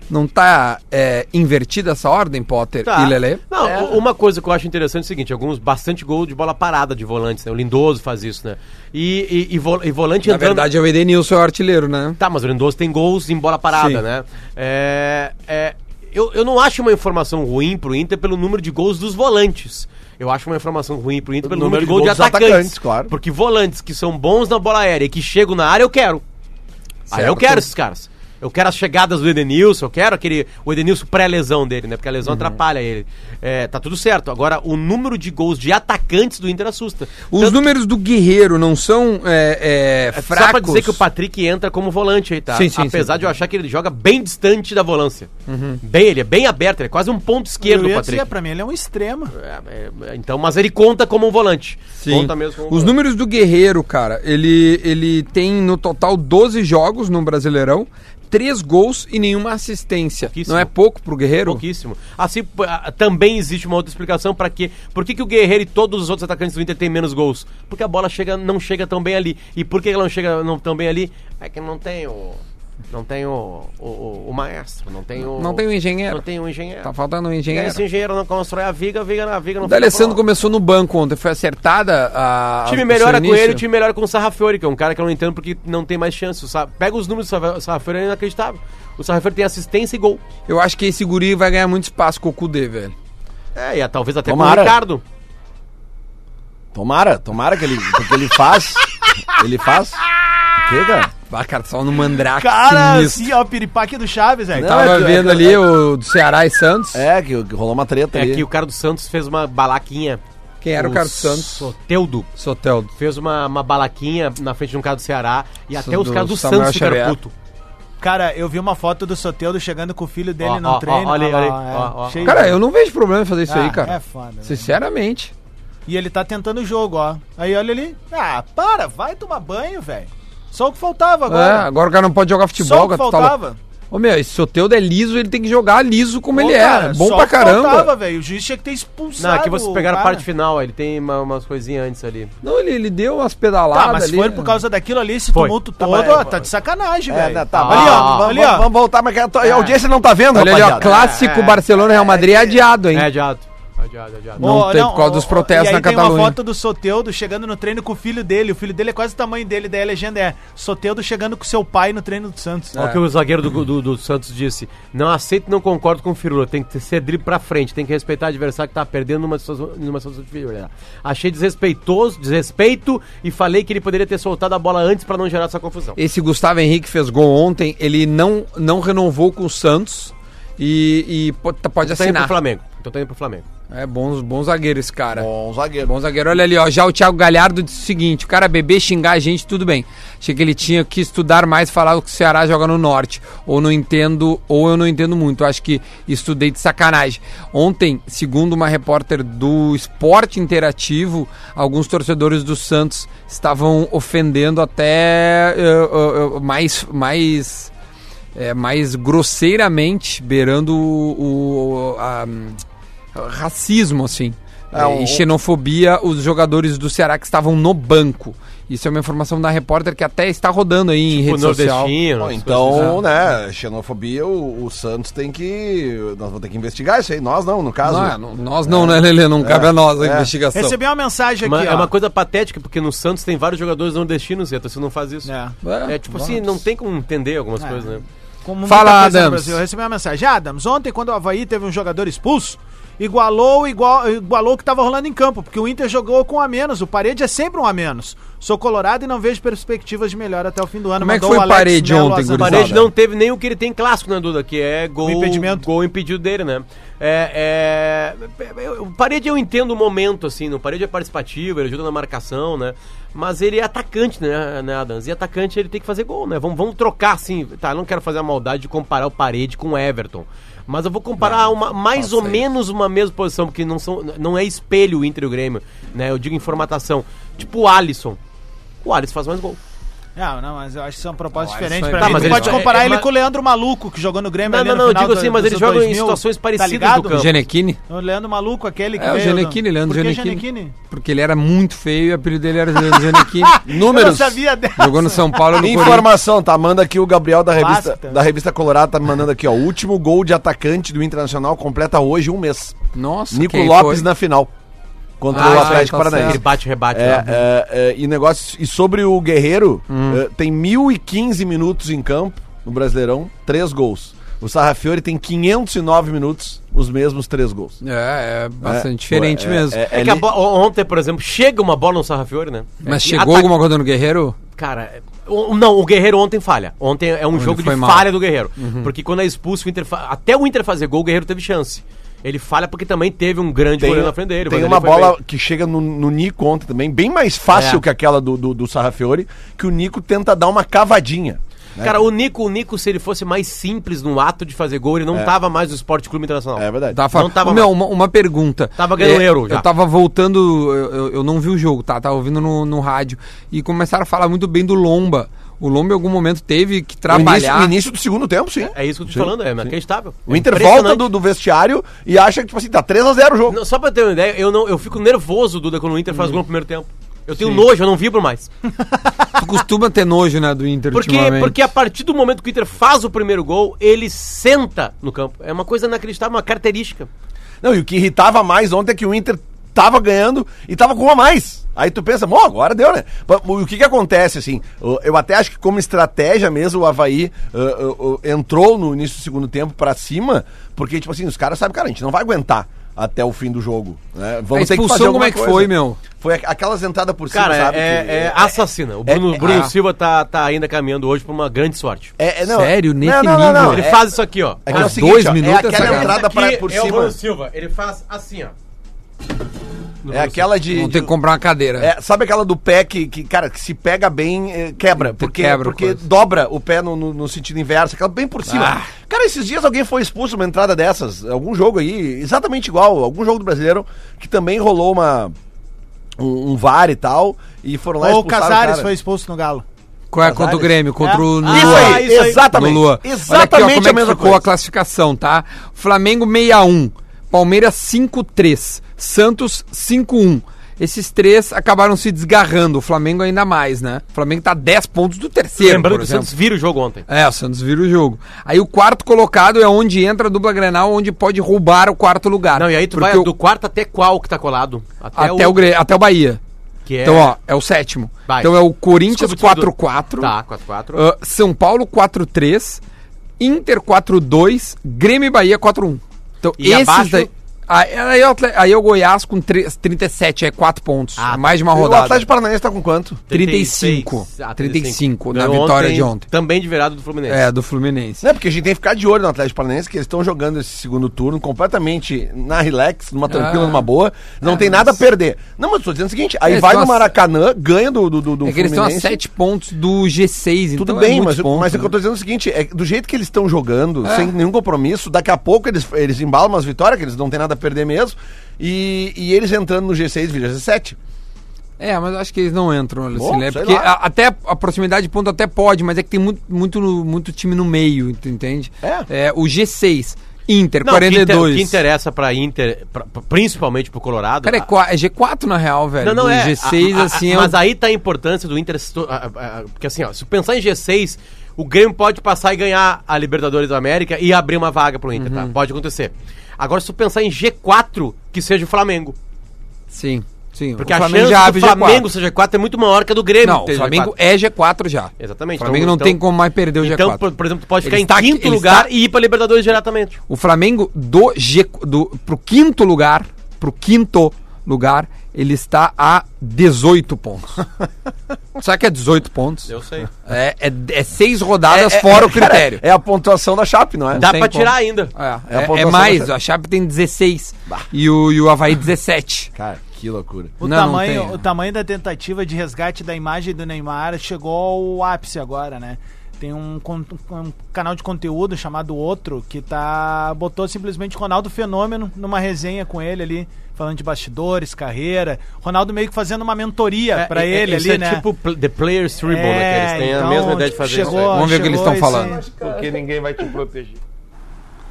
[SPEAKER 2] Não tá é, invertida essa ordem, Potter
[SPEAKER 4] Tá.
[SPEAKER 2] e Lele?
[SPEAKER 4] Não, u- uma coisa que eu acho interessante é o seguinte: alguns bastante gol de bola parada de volantes, né? O Lindoso faz isso, né? E, e, e vo- e volante
[SPEAKER 2] Na verdade, é o Edenilson é o artilheiro, né?
[SPEAKER 4] Tá, mas o Lindoso tem gols em bola parada,
[SPEAKER 2] Sim.
[SPEAKER 4] né? É, é, eu, eu não acho uma informação ruim pro Inter pelo número de gols dos volantes. Eu acho uma informação ruim pro Inter pelo número, de gols de
[SPEAKER 6] gols dos
[SPEAKER 4] atacantes,
[SPEAKER 6] atacantes, claro.
[SPEAKER 4] Porque volantes que são bons na bola aérea e que chegam na área, eu quero. Aí eu
[SPEAKER 2] Certo.
[SPEAKER 4] quero esses caras. Eu quero as chegadas do Edenilson, eu quero aquele. O Edenilson pré-lesão dele, né? Porque a lesão atrapalha ele. É, tá tudo certo. Agora, o número de gols de atacantes do Inter assusta.
[SPEAKER 2] Os
[SPEAKER 4] Tanto-
[SPEAKER 2] números do Guerreiro não são é, é, fracos.
[SPEAKER 4] só pra dizer que o Patrick entra como volante aí, tá?
[SPEAKER 2] Sim, sim, sim.
[SPEAKER 4] Apesar
[SPEAKER 2] Uhum.
[SPEAKER 4] de eu achar que ele joga bem distante da volância. Bem, ele é bem aberto, ele é quase um ponto esquerdo,
[SPEAKER 3] Eu
[SPEAKER 4] o
[SPEAKER 3] ia
[SPEAKER 4] Patrick.
[SPEAKER 3] dizer, pra mim ele é um extremo.
[SPEAKER 4] É, é, então, mas ele conta como um volante.
[SPEAKER 2] Sim.
[SPEAKER 4] Conta mesmo como um
[SPEAKER 2] Os
[SPEAKER 4] volante.
[SPEAKER 2] números do Guerreiro, cara, ele, ele tem no total 12 jogos no Brasileirão, 3 gols e nenhuma assistência.
[SPEAKER 4] Pouquíssimo.
[SPEAKER 2] Não é pouco pro Guerreiro?
[SPEAKER 4] Pouquíssimo. Assim, p- a- também existe uma outra explicação para que. Por que, que o Guerreiro e todos os outros atacantes do Inter têm menos gols? Porque a bola chega, não chega tão bem ali. E por que ela não chega não tão bem ali? É que não tem o. Não tem o, o, o- o maestro, não tem o.
[SPEAKER 2] Não tem o engenheiro.
[SPEAKER 4] Não tem o engenheiro.
[SPEAKER 2] Tá faltando um
[SPEAKER 4] E aí,
[SPEAKER 2] engenheiro.
[SPEAKER 4] se o engenheiro não constrói a viga, a viga, na viga não
[SPEAKER 2] O D'Alessandro
[SPEAKER 4] pronta.
[SPEAKER 2] começou no banco ontem, foi acertada a.
[SPEAKER 4] O time
[SPEAKER 2] a-
[SPEAKER 4] melhora
[SPEAKER 2] seu
[SPEAKER 4] com
[SPEAKER 2] início?
[SPEAKER 4] ele, o time melhora com o Sarrafiori, que é um cara que eu não entendo porque não tem mais chance. O Sa- Pega os números do Sarra- Sarrafiori, é inacreditável. O Sarrafiori tem assistência e gol.
[SPEAKER 2] Eu acho que esse guri vai ganhar muito espaço com o Kudê, velho.
[SPEAKER 4] É, e a- talvez até com
[SPEAKER 6] Tomara.
[SPEAKER 4] o Ricardo.
[SPEAKER 6] Tomara, tomara que ele. Porque ele faz. ele faz. O que, cara?
[SPEAKER 2] Ah, cara, só no Mandrake.
[SPEAKER 3] Cara,
[SPEAKER 2] sinistro.
[SPEAKER 3] assim, ó, o piripaque do Chaves, velho.
[SPEAKER 6] Não,
[SPEAKER 2] Tava
[SPEAKER 6] é que- é
[SPEAKER 2] vendo
[SPEAKER 6] que-
[SPEAKER 2] ali o do Ceará e Santos.
[SPEAKER 6] É, que, que rolou uma treta
[SPEAKER 4] É
[SPEAKER 6] ali.
[SPEAKER 4] que o cara do Santos fez uma balaquinha.
[SPEAKER 2] Quem era o cara do Santos?
[SPEAKER 4] Soteudo.
[SPEAKER 2] Soteldo.
[SPEAKER 4] Fez uma, uma balaquinha na frente de um cara do Ceará. E
[SPEAKER 2] Isso
[SPEAKER 4] até os
[SPEAKER 2] do
[SPEAKER 4] caras do
[SPEAKER 2] Samuel
[SPEAKER 4] Santos ficaram
[SPEAKER 2] Xavier.
[SPEAKER 4] putos.
[SPEAKER 3] Cara, eu vi uma foto do Soteldo chegando com o filho dele
[SPEAKER 4] Ó,
[SPEAKER 3] no
[SPEAKER 4] ó, ó,
[SPEAKER 3] treino.
[SPEAKER 4] olha aí,
[SPEAKER 3] Ah lá,
[SPEAKER 4] olha aí,
[SPEAKER 3] é,
[SPEAKER 4] ó, ó, ó.
[SPEAKER 3] cheio
[SPEAKER 2] Cara,
[SPEAKER 3] de-
[SPEAKER 2] eu não vejo problema em fazer isso
[SPEAKER 3] Ah,
[SPEAKER 2] aí, cara.
[SPEAKER 3] É foda. né?
[SPEAKER 2] Sinceramente.
[SPEAKER 3] E ele tá tentando o jogo, ó. Aí olha ali. Ah, para, vai tomar banho, velho. Só o que faltava
[SPEAKER 2] É,
[SPEAKER 3] agora.
[SPEAKER 2] agora o cara não pode jogar futebol.
[SPEAKER 3] Só o que
[SPEAKER 2] cara, tu tá
[SPEAKER 3] faltava.
[SPEAKER 2] louco. Ô meu, esse Soteudo é liso, ele tem que jogar liso como
[SPEAKER 3] Pô,
[SPEAKER 2] ele é.
[SPEAKER 3] cara,
[SPEAKER 2] é. Bom
[SPEAKER 3] só
[SPEAKER 2] pra
[SPEAKER 3] o que Faltava,
[SPEAKER 2] caramba.
[SPEAKER 3] velho. O juiz tinha que ter
[SPEAKER 4] Não,
[SPEAKER 3] expulsado.
[SPEAKER 4] aqui vocês pegaram
[SPEAKER 3] o
[SPEAKER 4] a
[SPEAKER 3] cara.
[SPEAKER 4] parte final, ele tem uma- umas coisinhas antes ali.
[SPEAKER 2] Não, ele, ele deu umas pedaladas
[SPEAKER 3] Tá, mas
[SPEAKER 2] ali. né?
[SPEAKER 3] foi por causa daquilo ali, esse
[SPEAKER 4] Foi.
[SPEAKER 3] tumulto
[SPEAKER 6] Tá,
[SPEAKER 3] todo,
[SPEAKER 6] mas-
[SPEAKER 3] ó, tá de sacanagem,
[SPEAKER 6] É,
[SPEAKER 3] velho.
[SPEAKER 6] né, tá,
[SPEAKER 4] Ah,
[SPEAKER 6] ali, ó,
[SPEAKER 3] ali,
[SPEAKER 6] vamos,
[SPEAKER 3] ó.
[SPEAKER 6] vamos voltar, mas que a, tua- a audiência não tá vendo,
[SPEAKER 2] É. Olha ali, ó,
[SPEAKER 6] rapaziada.
[SPEAKER 2] clássico Barcelona e Real Madrid é adiado, hein?
[SPEAKER 4] É, adiado. Adiado, adiado.
[SPEAKER 2] Não
[SPEAKER 3] Ó,
[SPEAKER 2] tem por causa
[SPEAKER 3] ó,
[SPEAKER 2] dos protestos
[SPEAKER 3] e aí
[SPEAKER 2] na
[SPEAKER 3] tem
[SPEAKER 2] Catalunha.
[SPEAKER 3] uma foto do Soteudo chegando no treino com o filho dele. O filho dele é quase o tamanho dele, daí a legenda é Soteudo chegando com seu pai no treino do
[SPEAKER 2] É.
[SPEAKER 3] Santos.
[SPEAKER 4] Olha o que o zagueiro do, do- do Santos disse. Não aceito e não concordo com o Firula. Tem que ser drible pra frente. Tem que respeitar o adversário que tá perdendo numa situação, numa situação difícil. né? Achei desrespeitoso, desrespeito e falei que ele poderia ter soltado a bola antes pra não gerar essa confusão.
[SPEAKER 2] Esse Gustavo Henrique fez gol ontem, ele não, não renovou com o Santos e, e po- tá- pode
[SPEAKER 4] Tá indo pro
[SPEAKER 2] assinar.
[SPEAKER 4] Flamengo. Então tá indo pro Flamengo.
[SPEAKER 2] É bom, bom zagueiro esse cara.
[SPEAKER 6] É. Bom zagueiro.
[SPEAKER 2] Bom zagueiro, olha ali, ó. Já o Thiago Galhardo disse o seguinte: o cara beber, xingar a gente, tudo bem. Achei que ele tinha que estudar mais, falar que o Ceará joga no norte. Ou não entendo, ou eu não entendo muito. Acho que estudei de sacanagem. Ontem, segundo uma repórter do Esporte Interativo, alguns torcedores do Santos estavam ofendendo até eh, eh, eh, mais. mais eh, mais grosseiramente beirando o, o- a, É racismo, assim.
[SPEAKER 6] É,
[SPEAKER 2] e
[SPEAKER 6] o-
[SPEAKER 2] xenofobia, os jogadores do Ceará que estavam no banco. Isso é uma informação da repórter que até está rodando aí em
[SPEAKER 4] Tipo
[SPEAKER 2] rede social.
[SPEAKER 6] Bom, então, né, xenofobia, o, o Santos tem que. Nós vamos ter que investigar isso aí. Nós não, no caso.
[SPEAKER 2] Não, é, não- nós não, né, Lelê? Não cabe a nós a investigação.
[SPEAKER 3] Recebi uma mensagem aqui,
[SPEAKER 4] Uma- é
[SPEAKER 3] ó.
[SPEAKER 4] uma coisa patética, porque no Santos tem vários jogadores nordestinos, Zeta. Você não faz isso. É,
[SPEAKER 3] É.
[SPEAKER 4] tipo assim, não tem como entender algumas coisas, né?
[SPEAKER 3] Como muita
[SPEAKER 2] Fala,
[SPEAKER 3] coisa no
[SPEAKER 2] Adams.
[SPEAKER 3] Brasil. Eu recebi uma mensagem. Ah, Adams, ontem quando o Havaí teve um jogador expulso, igualou igual, igualou o que tava rolando em campo, porque o Inter jogou com um a menos. O Parede é sempre um a menos. Sou colorado e não vejo perspectivas de melhor até o fim do ano.
[SPEAKER 2] Como é que
[SPEAKER 3] Mandou
[SPEAKER 2] foi o
[SPEAKER 3] Alex
[SPEAKER 2] Parede
[SPEAKER 3] Melo
[SPEAKER 2] ontem,
[SPEAKER 4] O
[SPEAKER 3] Azambuja.
[SPEAKER 2] gurizada?
[SPEAKER 6] né?
[SPEAKER 4] Parede não teve nem o que ele tem em clássico, né, Duda? Que é gol.
[SPEAKER 3] impedimento.
[SPEAKER 4] Gol impedido dele, né? É, é, eu- o Parede eu entendo o momento, assim. né? O Parede é participativo, ele ajuda na marcação, né? Mas ele é atacante, né, né, Adams? E atacante ele tem que fazer gol, né? Vamos, vamos trocar, assim. Tá, eu não quero fazer a maldade de comparar o Parede com o Everton. Mas eu vou comparar uma, mais
[SPEAKER 6] tá
[SPEAKER 4] ou menos uma mesma posição, porque não, são, não é espelho o Inter e o Grêmio, né? Eu digo em formatação. Tipo o Alisson. O Alisson faz mais gol.
[SPEAKER 3] Não, Ah, não, mas eu acho que são propostas diferentes
[SPEAKER 2] aí-
[SPEAKER 3] pra
[SPEAKER 2] Tá,
[SPEAKER 3] mim.
[SPEAKER 2] mas
[SPEAKER 3] tu
[SPEAKER 2] ele-
[SPEAKER 3] pode
[SPEAKER 4] é-
[SPEAKER 3] comparar
[SPEAKER 4] é-
[SPEAKER 3] ele
[SPEAKER 4] mas-
[SPEAKER 3] com o Leandro Maluco, que jogou no Grêmio
[SPEAKER 4] Não,
[SPEAKER 3] ali
[SPEAKER 4] não,
[SPEAKER 3] no
[SPEAKER 4] não, eu
[SPEAKER 3] final
[SPEAKER 4] digo
[SPEAKER 3] do-
[SPEAKER 4] assim, mas
[SPEAKER 3] dos
[SPEAKER 4] ele joga em
[SPEAKER 3] 2000,
[SPEAKER 4] situações parecidas do
[SPEAKER 3] ligado?
[SPEAKER 4] campo.
[SPEAKER 2] O Genequini?
[SPEAKER 3] O Leandro Maluco, aquele que
[SPEAKER 2] É, o
[SPEAKER 3] veio do-
[SPEAKER 2] Genequini, Leandro
[SPEAKER 3] Por que
[SPEAKER 2] Genequini. Porque ele era muito feio e o apelido dele era Genequini.
[SPEAKER 3] Eu
[SPEAKER 2] Números.
[SPEAKER 3] não sabia dessa.
[SPEAKER 2] Jogou no São Paulo e no Corinthians.
[SPEAKER 6] Informação, tá? Manda aqui o Gabriel da revista,
[SPEAKER 3] Clássico também.
[SPEAKER 6] da revista Colorado, tá me mandando aqui, ó. O último gol de atacante do Internacional completa hoje um mês.
[SPEAKER 2] Nossa,
[SPEAKER 6] Nico
[SPEAKER 2] quem
[SPEAKER 6] Lopes
[SPEAKER 2] foi?
[SPEAKER 6] na final. Contra
[SPEAKER 2] Ah,
[SPEAKER 6] o Atlético
[SPEAKER 2] tá
[SPEAKER 6] Paranaense.
[SPEAKER 4] Ele bate, rebate. né? lá.
[SPEAKER 6] É, é, é, e negócio e sobre o Guerreiro, é, tem 1015 minutos em campo no Brasileirão, três gols. O Sarrafiori tem 509 minutos, os mesmos três gols.
[SPEAKER 2] É, é bastante
[SPEAKER 6] É,
[SPEAKER 2] diferente
[SPEAKER 6] é,
[SPEAKER 2] mesmo.
[SPEAKER 6] é,
[SPEAKER 4] É que
[SPEAKER 6] ele-
[SPEAKER 4] a bo- o- ontem, por exemplo, chega uma bola no Sarrafiore, né?
[SPEAKER 2] Mas
[SPEAKER 4] E
[SPEAKER 2] chegou
[SPEAKER 4] ataca-
[SPEAKER 2] alguma coisa no Guerreiro?
[SPEAKER 4] Cara, é- o- não, o Guerreiro ontem falha. Ontem é um jogo de
[SPEAKER 2] foi mal.
[SPEAKER 4] falha do Guerreiro.
[SPEAKER 6] Uhum.
[SPEAKER 4] Porque quando é expulso, o Inter fa- até o Inter fazer gol, o Guerreiro teve chance. Ele falha porque também teve um grande
[SPEAKER 6] tem,
[SPEAKER 4] goleiro na frente dele. o
[SPEAKER 6] tem
[SPEAKER 4] Vanderlei
[SPEAKER 6] uma
[SPEAKER 4] foi
[SPEAKER 6] bola
[SPEAKER 4] bem.
[SPEAKER 6] que chega no, no Nico ontem também, bem mais fácil
[SPEAKER 4] É.
[SPEAKER 6] que aquela do, do, do Sarrafiori, que o Nico tenta dar uma cavadinha. né?
[SPEAKER 4] Cara, o Nico, o Nico, se ele fosse mais simples no ato de fazer gol, ele não tava mais no Esporte Clube Internacional.
[SPEAKER 6] É verdade.
[SPEAKER 2] Tá, fa-
[SPEAKER 4] Não tava
[SPEAKER 2] Meu,
[SPEAKER 4] mais.
[SPEAKER 2] uma, uma pergunta.
[SPEAKER 4] Tava ganhando
[SPEAKER 2] É,
[SPEAKER 4] euro já.
[SPEAKER 2] Eu tava voltando, eu, eu- eu não vi o jogo, tá? Tava ouvindo no, no rádio. E começaram a falar muito bem do Lomba. O Lomba em algum momento teve que
[SPEAKER 6] O início,
[SPEAKER 2] trabalhar.
[SPEAKER 6] o início do segundo tempo, sim.
[SPEAKER 4] É isso que eu tô te falando, é inacreditável.
[SPEAKER 6] O
[SPEAKER 4] É
[SPEAKER 6] Inter volta
[SPEAKER 4] impressionante.
[SPEAKER 6] do, do vestiário e acha que, tipo assim, tá 3x0 o jogo.
[SPEAKER 4] Não, só pra ter uma ideia, eu, não, eu fico nervoso, Duda, quando o Inter
[SPEAKER 6] Uhum.
[SPEAKER 4] faz gol no primeiro tempo. Eu tenho nojo, eu não vibro mais.
[SPEAKER 2] Tu costuma ter nojo, né, do Inter
[SPEAKER 4] Porque,
[SPEAKER 2] ultimamente.
[SPEAKER 4] porque a partir do momento que o Inter faz o primeiro gol, ele senta no campo. É uma coisa inacreditável, uma característica.
[SPEAKER 6] Não, e o que irritava mais ontem é que o Inter tava ganhando e tava com um a mais. Aí tu pensa, bom, agora deu, né? Pa- O que que acontece, assim, o- eu até acho que como estratégia mesmo o Havaí ah, ah, ah, entrou no início do segundo tempo pra cima, porque, tipo assim, os caras sabem, cara, a gente não vai aguentar até o fim do jogo, né? Vamos
[SPEAKER 2] A expulsão,
[SPEAKER 6] alguma
[SPEAKER 2] como é que foi, meu?
[SPEAKER 6] Foi a- aquelas entradas por cima,
[SPEAKER 4] Cara,
[SPEAKER 6] sabe?
[SPEAKER 4] é,
[SPEAKER 6] que-
[SPEAKER 4] é assassina. O Bruno,
[SPEAKER 6] é-
[SPEAKER 4] Bruno
[SPEAKER 6] ah.
[SPEAKER 4] Silva tá, tá ainda caminhando hoje por uma grande sorte.
[SPEAKER 6] é- é- não,
[SPEAKER 2] Sério? Nesse nível?
[SPEAKER 4] Ele
[SPEAKER 6] é-
[SPEAKER 4] faz isso aqui, ó. é
[SPEAKER 6] é que é o
[SPEAKER 2] Aos
[SPEAKER 6] seguinte,
[SPEAKER 2] dois
[SPEAKER 6] ó,
[SPEAKER 2] minutos é
[SPEAKER 6] é
[SPEAKER 2] essa
[SPEAKER 6] aquela
[SPEAKER 2] cara.
[SPEAKER 6] entrada pra, por cima.
[SPEAKER 4] Silva. Ele faz assim, ó.
[SPEAKER 6] É aquela de.
[SPEAKER 2] Vão
[SPEAKER 6] de-
[SPEAKER 2] ter que comprar uma cadeira.
[SPEAKER 6] É, sabe aquela do pé que, que, cara, que se pega bem, eh, quebra. Porque,
[SPEAKER 2] quebra
[SPEAKER 6] porque
[SPEAKER 2] coisa. Ah.
[SPEAKER 6] dobra o pé no, no- no sentido inverso, aquela bem por cima. Cara, esses dias alguém foi expulso numa entrada dessas, algum jogo aí, exatamente igual, algum jogo do brasileiro, que também rolou uma. Um, um VAR e tal, e foram lá
[SPEAKER 3] Ou o
[SPEAKER 6] expulsaram
[SPEAKER 3] Casares
[SPEAKER 6] cara.
[SPEAKER 3] foi expulso no Galo.
[SPEAKER 2] Qual é contra o Grêmio? Contra o Lua.
[SPEAKER 6] Isso aí,
[SPEAKER 4] Ah, isso aí.
[SPEAKER 6] exatamente.
[SPEAKER 2] No Lua.
[SPEAKER 6] Exatamente
[SPEAKER 2] Olha aqui, ó, como é
[SPEAKER 6] a
[SPEAKER 2] que
[SPEAKER 6] mesma
[SPEAKER 2] ficou
[SPEAKER 6] coisa.
[SPEAKER 2] a classificação, tá? Flamengo 61, Palmeiras 5-3, Santos 5-1. Esses três acabaram se desgarrando, o Flamengo ainda mais, né? O Flamengo tá 10 pontos do terceiro,
[SPEAKER 4] Lembrando
[SPEAKER 2] por
[SPEAKER 4] que o
[SPEAKER 2] exemplo.
[SPEAKER 4] Santos vira o jogo ontem.
[SPEAKER 2] É, o Santos vira o jogo. Aí o quarto colocado é onde entra a dupla Grenal, onde pode roubar o quarto lugar.
[SPEAKER 4] Não, e aí tu
[SPEAKER 2] Porque
[SPEAKER 4] vai
[SPEAKER 2] o-
[SPEAKER 4] do quarto até qual que tá colado?
[SPEAKER 2] até, o... Gre- até o Bahia.
[SPEAKER 4] que é...
[SPEAKER 2] Então, ó, é o sétimo.
[SPEAKER 4] Vai.
[SPEAKER 2] Então é o Corinthians
[SPEAKER 4] Desculpa, desculpa.
[SPEAKER 2] 4-4.
[SPEAKER 4] Tá, 4-4.
[SPEAKER 2] Ah, São Paulo 4-3, Inter 4-2, Grêmio e Bahia 4-1. Então,
[SPEAKER 4] E
[SPEAKER 2] esses
[SPEAKER 4] abaixo?
[SPEAKER 2] daí. Aí, aí é o Atle- aí é o Goiás com tre- 37, é 4 pontos.
[SPEAKER 4] Ah,
[SPEAKER 2] mais de uma
[SPEAKER 6] O
[SPEAKER 2] rodada.
[SPEAKER 6] Atlético Paranaense tá com quanto?
[SPEAKER 2] 35.
[SPEAKER 4] 36.
[SPEAKER 2] 35, na
[SPEAKER 4] Ganhou
[SPEAKER 2] vitória de ontem.
[SPEAKER 4] Também de virada do Fluminense.
[SPEAKER 2] É, do Fluminense.
[SPEAKER 6] Não, porque a gente tem que ficar de olho no Atlético Paranaense, que eles estão jogando esse segundo turno completamente na relax, numa tranquila,
[SPEAKER 2] Ah.
[SPEAKER 6] numa boa. Não tem nada a perder. Não, mas eu tô dizendo o seguinte, aí
[SPEAKER 2] Eles
[SPEAKER 6] vai
[SPEAKER 2] tão
[SPEAKER 6] no
[SPEAKER 2] a-
[SPEAKER 6] Maracanã, ganha do, do, do, do
[SPEAKER 2] é que eles estão a
[SPEAKER 6] Fluminense.
[SPEAKER 2] 7 pontos do G6,
[SPEAKER 6] Tudo
[SPEAKER 2] então é
[SPEAKER 6] bem,
[SPEAKER 2] muitos
[SPEAKER 6] mas, eu-
[SPEAKER 2] pontos,
[SPEAKER 6] mas o que eu
[SPEAKER 2] né? Ah.
[SPEAKER 6] tô dizendo é o seguinte, é que do jeito que eles estão jogando, sem nenhum compromisso, daqui a pouco eles, eles embalam umas vitórias, que eles não têm nada a perder mesmo, e, e eles entrando no G6 vira G7.
[SPEAKER 2] É, mas eu acho que eles não entram, Lucilé.
[SPEAKER 6] Bom, sei
[SPEAKER 2] porque
[SPEAKER 6] lá.
[SPEAKER 2] a- até a proximidade de ponto até pode, mas é que tem muito, muito, muito time no meio, tu entende?
[SPEAKER 6] É.
[SPEAKER 2] o G6, Inter,
[SPEAKER 4] Não, o que inter-
[SPEAKER 2] 42.
[SPEAKER 4] O que interessa pra Inter, pra- pra- principalmente pro Colorado...
[SPEAKER 2] Cara, é,
[SPEAKER 4] a-
[SPEAKER 2] qua- é G4 na real, velho.
[SPEAKER 4] Ah. Não, não
[SPEAKER 2] O
[SPEAKER 4] é.
[SPEAKER 2] G6,
[SPEAKER 4] A- a-
[SPEAKER 2] assim,
[SPEAKER 4] a-
[SPEAKER 2] é
[SPEAKER 4] Mas
[SPEAKER 2] um-
[SPEAKER 4] aí tá a importância do Inter. se to- a- a- a- Porque assim, ó, se pensar em G6, o Grêmio pode passar e ganhar a Libertadores da América e abrir uma vaga pro Inter,
[SPEAKER 2] Uhum.
[SPEAKER 4] tá? Pode acontecer. Agora, se tu pensar em G4, que seja o Flamengo.
[SPEAKER 2] Sim, sim.
[SPEAKER 4] Porque a chance do Flamengo seja G4 é muito maior que a do Grêmio.
[SPEAKER 2] Não, o
[SPEAKER 4] ter
[SPEAKER 2] Flamengo
[SPEAKER 4] G4.
[SPEAKER 2] é G4 já.
[SPEAKER 4] Exatamente.
[SPEAKER 2] O Flamengo
[SPEAKER 4] Então-
[SPEAKER 2] não tem
[SPEAKER 4] então-
[SPEAKER 2] como mais perder o G4.
[SPEAKER 4] Então, por, por exemplo, tu pode ficar
[SPEAKER 2] Ele
[SPEAKER 4] em
[SPEAKER 2] tá-
[SPEAKER 4] quinto
[SPEAKER 2] ele
[SPEAKER 4] lugar
[SPEAKER 2] tá-
[SPEAKER 4] e ir pra Libertadores diretamente.
[SPEAKER 2] O Flamengo do G do pro quinto lugar, pro quinto lugar, ele está a 18 pontos. Sabe que é 18 pontos?
[SPEAKER 4] sei.
[SPEAKER 2] É, é, é seis rodadas fora o critério.
[SPEAKER 6] É a pontuação da Chape, não é?
[SPEAKER 4] Dá
[SPEAKER 2] tem
[SPEAKER 4] pra
[SPEAKER 2] como.
[SPEAKER 4] tirar ainda.
[SPEAKER 2] É,
[SPEAKER 6] É a
[SPEAKER 2] é- é
[SPEAKER 6] pontuação da
[SPEAKER 2] mais,
[SPEAKER 6] Chape.
[SPEAKER 2] a Chape tem 16 e o, e o Havaí 17.
[SPEAKER 6] Cara, que loucura.
[SPEAKER 3] O,
[SPEAKER 2] Não, não
[SPEAKER 3] tamanho,
[SPEAKER 2] tem.
[SPEAKER 3] o tamanho da tentativa de resgate da imagem do Neymar chegou ao ápice agora, né? Tem um, con- um canal de conteúdo chamado Outro que tá botou simplesmente Ronaldo Fenômeno numa resenha com ele ali, falando de bastidores, carreira. Ronaldo meio que fazendo uma mentoria pra
[SPEAKER 4] É, é,
[SPEAKER 3] ele
[SPEAKER 4] isso
[SPEAKER 3] ali,
[SPEAKER 4] é
[SPEAKER 3] né?
[SPEAKER 4] tipo pl- The Player's Tribble, né? Que eles têm a
[SPEAKER 3] então,
[SPEAKER 4] mesma ideia de
[SPEAKER 3] tipo,
[SPEAKER 4] fazer
[SPEAKER 3] chegou,
[SPEAKER 4] isso. aí.
[SPEAKER 2] Vamos ver o que eles
[SPEAKER 3] chegou
[SPEAKER 2] estão falando.
[SPEAKER 3] esse-
[SPEAKER 9] Porque ninguém vai te proteger.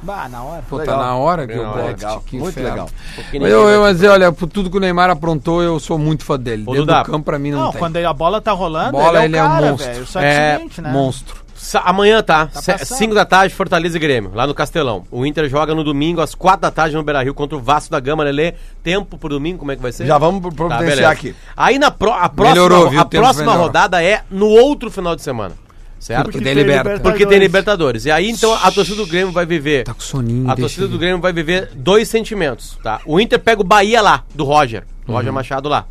[SPEAKER 3] Bah, na hora.
[SPEAKER 2] Pô,
[SPEAKER 6] Legal.
[SPEAKER 2] tá na hora que
[SPEAKER 4] Legal,
[SPEAKER 2] o Bolt,
[SPEAKER 6] legal.
[SPEAKER 2] que né?
[SPEAKER 6] Muito
[SPEAKER 2] inferno.
[SPEAKER 6] legal.
[SPEAKER 4] Porque
[SPEAKER 2] Mas
[SPEAKER 4] ninguém
[SPEAKER 2] eu,
[SPEAKER 4] vai
[SPEAKER 2] eu, mas eu, olha, por tudo que o Neymar aprontou, eu sou muito fã dele. Dentro
[SPEAKER 4] Dudá.
[SPEAKER 2] do campo, pra mim, não,
[SPEAKER 3] Não,
[SPEAKER 2] tem.
[SPEAKER 3] quando a bola tá rolando,
[SPEAKER 2] Bola, ele é um monstro.
[SPEAKER 3] velho. Só que é o
[SPEAKER 4] É,
[SPEAKER 3] seguinte, né?
[SPEAKER 2] Monstro.
[SPEAKER 4] Sa- Amanhã tá,
[SPEAKER 3] passando.
[SPEAKER 4] 5 da tarde, Fortaleza e Grêmio, lá no Castelão. O Inter joga no domingo, às 4 da tarde, no Beira-Rio, contra o Vasco da Gama, Lelê. Tempo pro domingo, como é que vai ser?
[SPEAKER 6] Já vamos pro-
[SPEAKER 4] Tá,
[SPEAKER 6] providenciar
[SPEAKER 4] beleza.
[SPEAKER 6] aqui.
[SPEAKER 4] Aí na pró- a próxima,
[SPEAKER 2] Melhorou, viu?
[SPEAKER 4] a
[SPEAKER 2] O tempo
[SPEAKER 4] próxima
[SPEAKER 2] melhorou.
[SPEAKER 4] rodada é no outro final de semana, certo?
[SPEAKER 2] Porque daí liberta.
[SPEAKER 4] Porque tem Libertadores. E aí, então, a torcida do Grêmio vai viver...
[SPEAKER 2] Tá com soninho,
[SPEAKER 4] A
[SPEAKER 2] deixa
[SPEAKER 4] torcida
[SPEAKER 2] ele.
[SPEAKER 4] do Grêmio vai viver dois sentimentos, tá? O Inter pega o Bahia lá, do Roger. Do Roger Machado lá.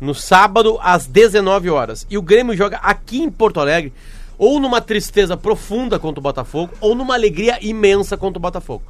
[SPEAKER 4] No sábado, às 19 horas. E o Grêmio joga aqui em Porto Alegre, ou numa tristeza profunda contra o Botafogo, ou numa alegria imensa contra o Botafogo.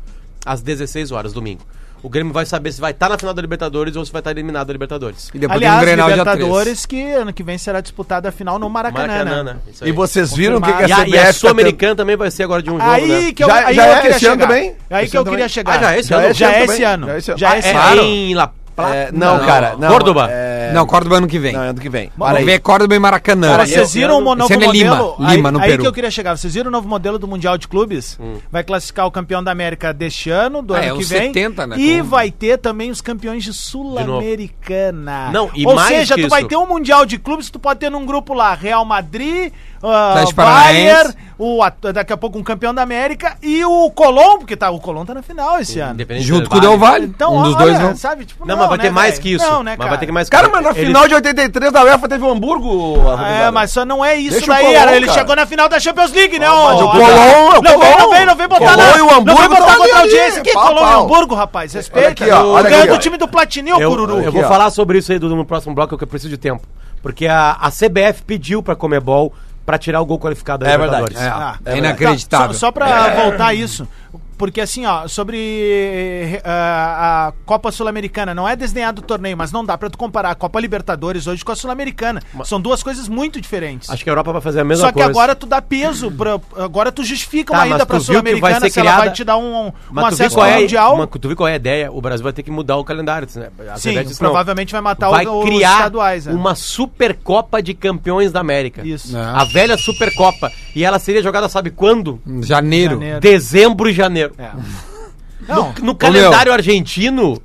[SPEAKER 4] Às 16 horas, domingo. O Grêmio vai saber se vai estar na final da Libertadores ou se vai estar eliminado da Libertadores.
[SPEAKER 2] E depois
[SPEAKER 3] Aliás,
[SPEAKER 2] tem um Grenal dia três.
[SPEAKER 3] Libertadores que ano que vem será disputada a final no Maracanã,
[SPEAKER 4] Maracanã,
[SPEAKER 3] né?
[SPEAKER 4] né? Isso aí.
[SPEAKER 6] E vocês viram o que, que
[SPEAKER 4] E
[SPEAKER 6] a
[SPEAKER 4] a, e a
[SPEAKER 6] CBF tá tendo-
[SPEAKER 4] Sul-Americana também vai ser agora de um jogo,
[SPEAKER 3] Aí
[SPEAKER 4] né?
[SPEAKER 3] que eu,
[SPEAKER 6] Já-
[SPEAKER 3] aí
[SPEAKER 6] já
[SPEAKER 3] eu
[SPEAKER 6] é
[SPEAKER 3] queria
[SPEAKER 6] esse ano
[SPEAKER 3] chegar.
[SPEAKER 6] também?
[SPEAKER 3] Aí
[SPEAKER 6] Esse
[SPEAKER 3] que eu
[SPEAKER 6] ano também?
[SPEAKER 3] queria chegar.
[SPEAKER 4] Ah, já é esse
[SPEAKER 3] já
[SPEAKER 4] ano?
[SPEAKER 3] É
[SPEAKER 6] Já é
[SPEAKER 3] esse
[SPEAKER 6] também?
[SPEAKER 3] ano.
[SPEAKER 6] Já é esse ano.
[SPEAKER 3] Já é
[SPEAKER 4] É,
[SPEAKER 3] esse
[SPEAKER 6] Claro.
[SPEAKER 4] em La Plata.
[SPEAKER 6] É, não, cara. Não,
[SPEAKER 4] Córdoba.
[SPEAKER 6] É...
[SPEAKER 2] Não, Córdoba ano que vem.
[SPEAKER 6] Não, é ano que vem.
[SPEAKER 2] Ano que vem é Córdoba e Maracanã.
[SPEAKER 3] Cara, vocês viram o mo-
[SPEAKER 2] Esse
[SPEAKER 3] novo
[SPEAKER 2] ano é Lima,
[SPEAKER 3] modelo?
[SPEAKER 2] Lima,
[SPEAKER 3] aí,
[SPEAKER 2] no
[SPEAKER 3] aí
[SPEAKER 2] Peru.
[SPEAKER 3] que eu queria chegar. Vocês viram o novo modelo do Mundial de Clubes?
[SPEAKER 4] Hum.
[SPEAKER 3] Vai classificar o campeão da América deste ano, do
[SPEAKER 2] Ah, é,
[SPEAKER 3] ano que
[SPEAKER 2] os
[SPEAKER 3] vem.
[SPEAKER 2] 70, né,
[SPEAKER 3] E
[SPEAKER 2] com-
[SPEAKER 3] vai ter também os campeões de Sul-Americana.
[SPEAKER 4] Não, e
[SPEAKER 3] Ou
[SPEAKER 4] mais
[SPEAKER 3] seja,
[SPEAKER 4] que
[SPEAKER 3] tu vai
[SPEAKER 4] isso.
[SPEAKER 3] ter um Mundial de Clubes, tu pode ter num grupo lá Real Madrid, ah,
[SPEAKER 2] Atlético
[SPEAKER 3] Bayern,
[SPEAKER 2] Paranaense.
[SPEAKER 3] o, at- daqui a pouco um campeão da América e o Colombo, que tá, o Colombo tá na final esse ano.
[SPEAKER 4] Hum, Independente
[SPEAKER 2] Junto
[SPEAKER 4] do
[SPEAKER 2] com o Del Valle.
[SPEAKER 3] Então,
[SPEAKER 2] um dos
[SPEAKER 3] olha,
[SPEAKER 2] dois não.
[SPEAKER 3] sabe? Tipo,
[SPEAKER 4] Não, mas vai
[SPEAKER 3] né,
[SPEAKER 4] ter mais
[SPEAKER 3] velho?
[SPEAKER 4] que isso.
[SPEAKER 3] Não, né,
[SPEAKER 4] mas vai
[SPEAKER 3] cara?
[SPEAKER 4] ter que mais
[SPEAKER 6] Cara, mas na
[SPEAKER 4] Ele-
[SPEAKER 6] final de 83 da UEFA teve o Hamburgo.
[SPEAKER 3] É, mas só não é isso
[SPEAKER 6] Deixa o
[SPEAKER 3] daí.
[SPEAKER 6] Colom,
[SPEAKER 3] ele
[SPEAKER 6] cara.
[SPEAKER 3] chegou na final da Champions League, né?
[SPEAKER 6] mas
[SPEAKER 3] ô,
[SPEAKER 6] o
[SPEAKER 3] ô,
[SPEAKER 6] Colom,
[SPEAKER 3] Adão?
[SPEAKER 6] é o
[SPEAKER 3] não vem,
[SPEAKER 6] Colom.
[SPEAKER 3] não vem, não vem botar
[SPEAKER 6] Colom
[SPEAKER 3] lá.
[SPEAKER 6] e o Hamburgo
[SPEAKER 3] não
[SPEAKER 6] tão
[SPEAKER 3] vem botar
[SPEAKER 6] ali,
[SPEAKER 3] contra a
[SPEAKER 6] ali,
[SPEAKER 3] audiência. Que
[SPEAKER 6] pau,
[SPEAKER 3] Colom e
[SPEAKER 6] pau.
[SPEAKER 3] Hamburgo, rapaz? Respeita.
[SPEAKER 6] Olha aqui, ó, olha
[SPEAKER 3] Ganhou
[SPEAKER 6] aqui,
[SPEAKER 3] do
[SPEAKER 6] ó.
[SPEAKER 3] time do Platini, ô
[SPEAKER 4] Eu,
[SPEAKER 3] Cururu.
[SPEAKER 4] eu vou
[SPEAKER 6] Aqui, ó.
[SPEAKER 4] falar sobre isso aí Dudu, no próximo bloco, que eu preciso de tempo. Porque a, a CBF pediu pra Comebol pra tirar o gol qualificado da
[SPEAKER 6] É verdade.
[SPEAKER 2] É,
[SPEAKER 4] Libertadores.
[SPEAKER 2] é inacreditável.
[SPEAKER 3] Tá, só, só pra voltar isso. Porque assim, ó, sobre eh, a, a Copa Sul-Americana, não é desdenhar do torneio, mas não dá pra tu comparar a Copa Libertadores hoje com a Sul-Americana. São duas coisas muito diferentes.
[SPEAKER 4] Ah. Acho que a Europa vai fazer a mesma
[SPEAKER 3] Só que
[SPEAKER 4] coisa.
[SPEAKER 3] agora tu dá peso, pra, agora tu justifica
[SPEAKER 4] Tá,
[SPEAKER 3] uma
[SPEAKER 4] mas
[SPEAKER 3] ida
[SPEAKER 4] tu
[SPEAKER 3] pra
[SPEAKER 4] viu que
[SPEAKER 3] Sul-Americana
[SPEAKER 4] vai ser
[SPEAKER 3] se ela vai
[SPEAKER 4] criada-
[SPEAKER 3] te dar um, um
[SPEAKER 4] mas tu vê,
[SPEAKER 3] acesso
[SPEAKER 4] qual
[SPEAKER 3] ao
[SPEAKER 4] é,
[SPEAKER 3] Mundial.
[SPEAKER 4] mas tu vê qual é a ideia? O Brasil vai ter que mudar o calendário. Né? A
[SPEAKER 3] Sim,
[SPEAKER 4] verdade é isso, não.
[SPEAKER 3] provavelmente vai matar
[SPEAKER 4] vai
[SPEAKER 3] o-
[SPEAKER 4] criar
[SPEAKER 3] estaduais. é.
[SPEAKER 4] uma Supercopa de Campeões da América.
[SPEAKER 6] É.
[SPEAKER 3] Isso.
[SPEAKER 4] A velha Supercopa. E ela seria jogada, sabe quando?
[SPEAKER 2] Janeiro.
[SPEAKER 3] Janeiro.
[SPEAKER 4] Dezembro e janeiro.
[SPEAKER 3] É. Não,
[SPEAKER 4] No calendário argentino,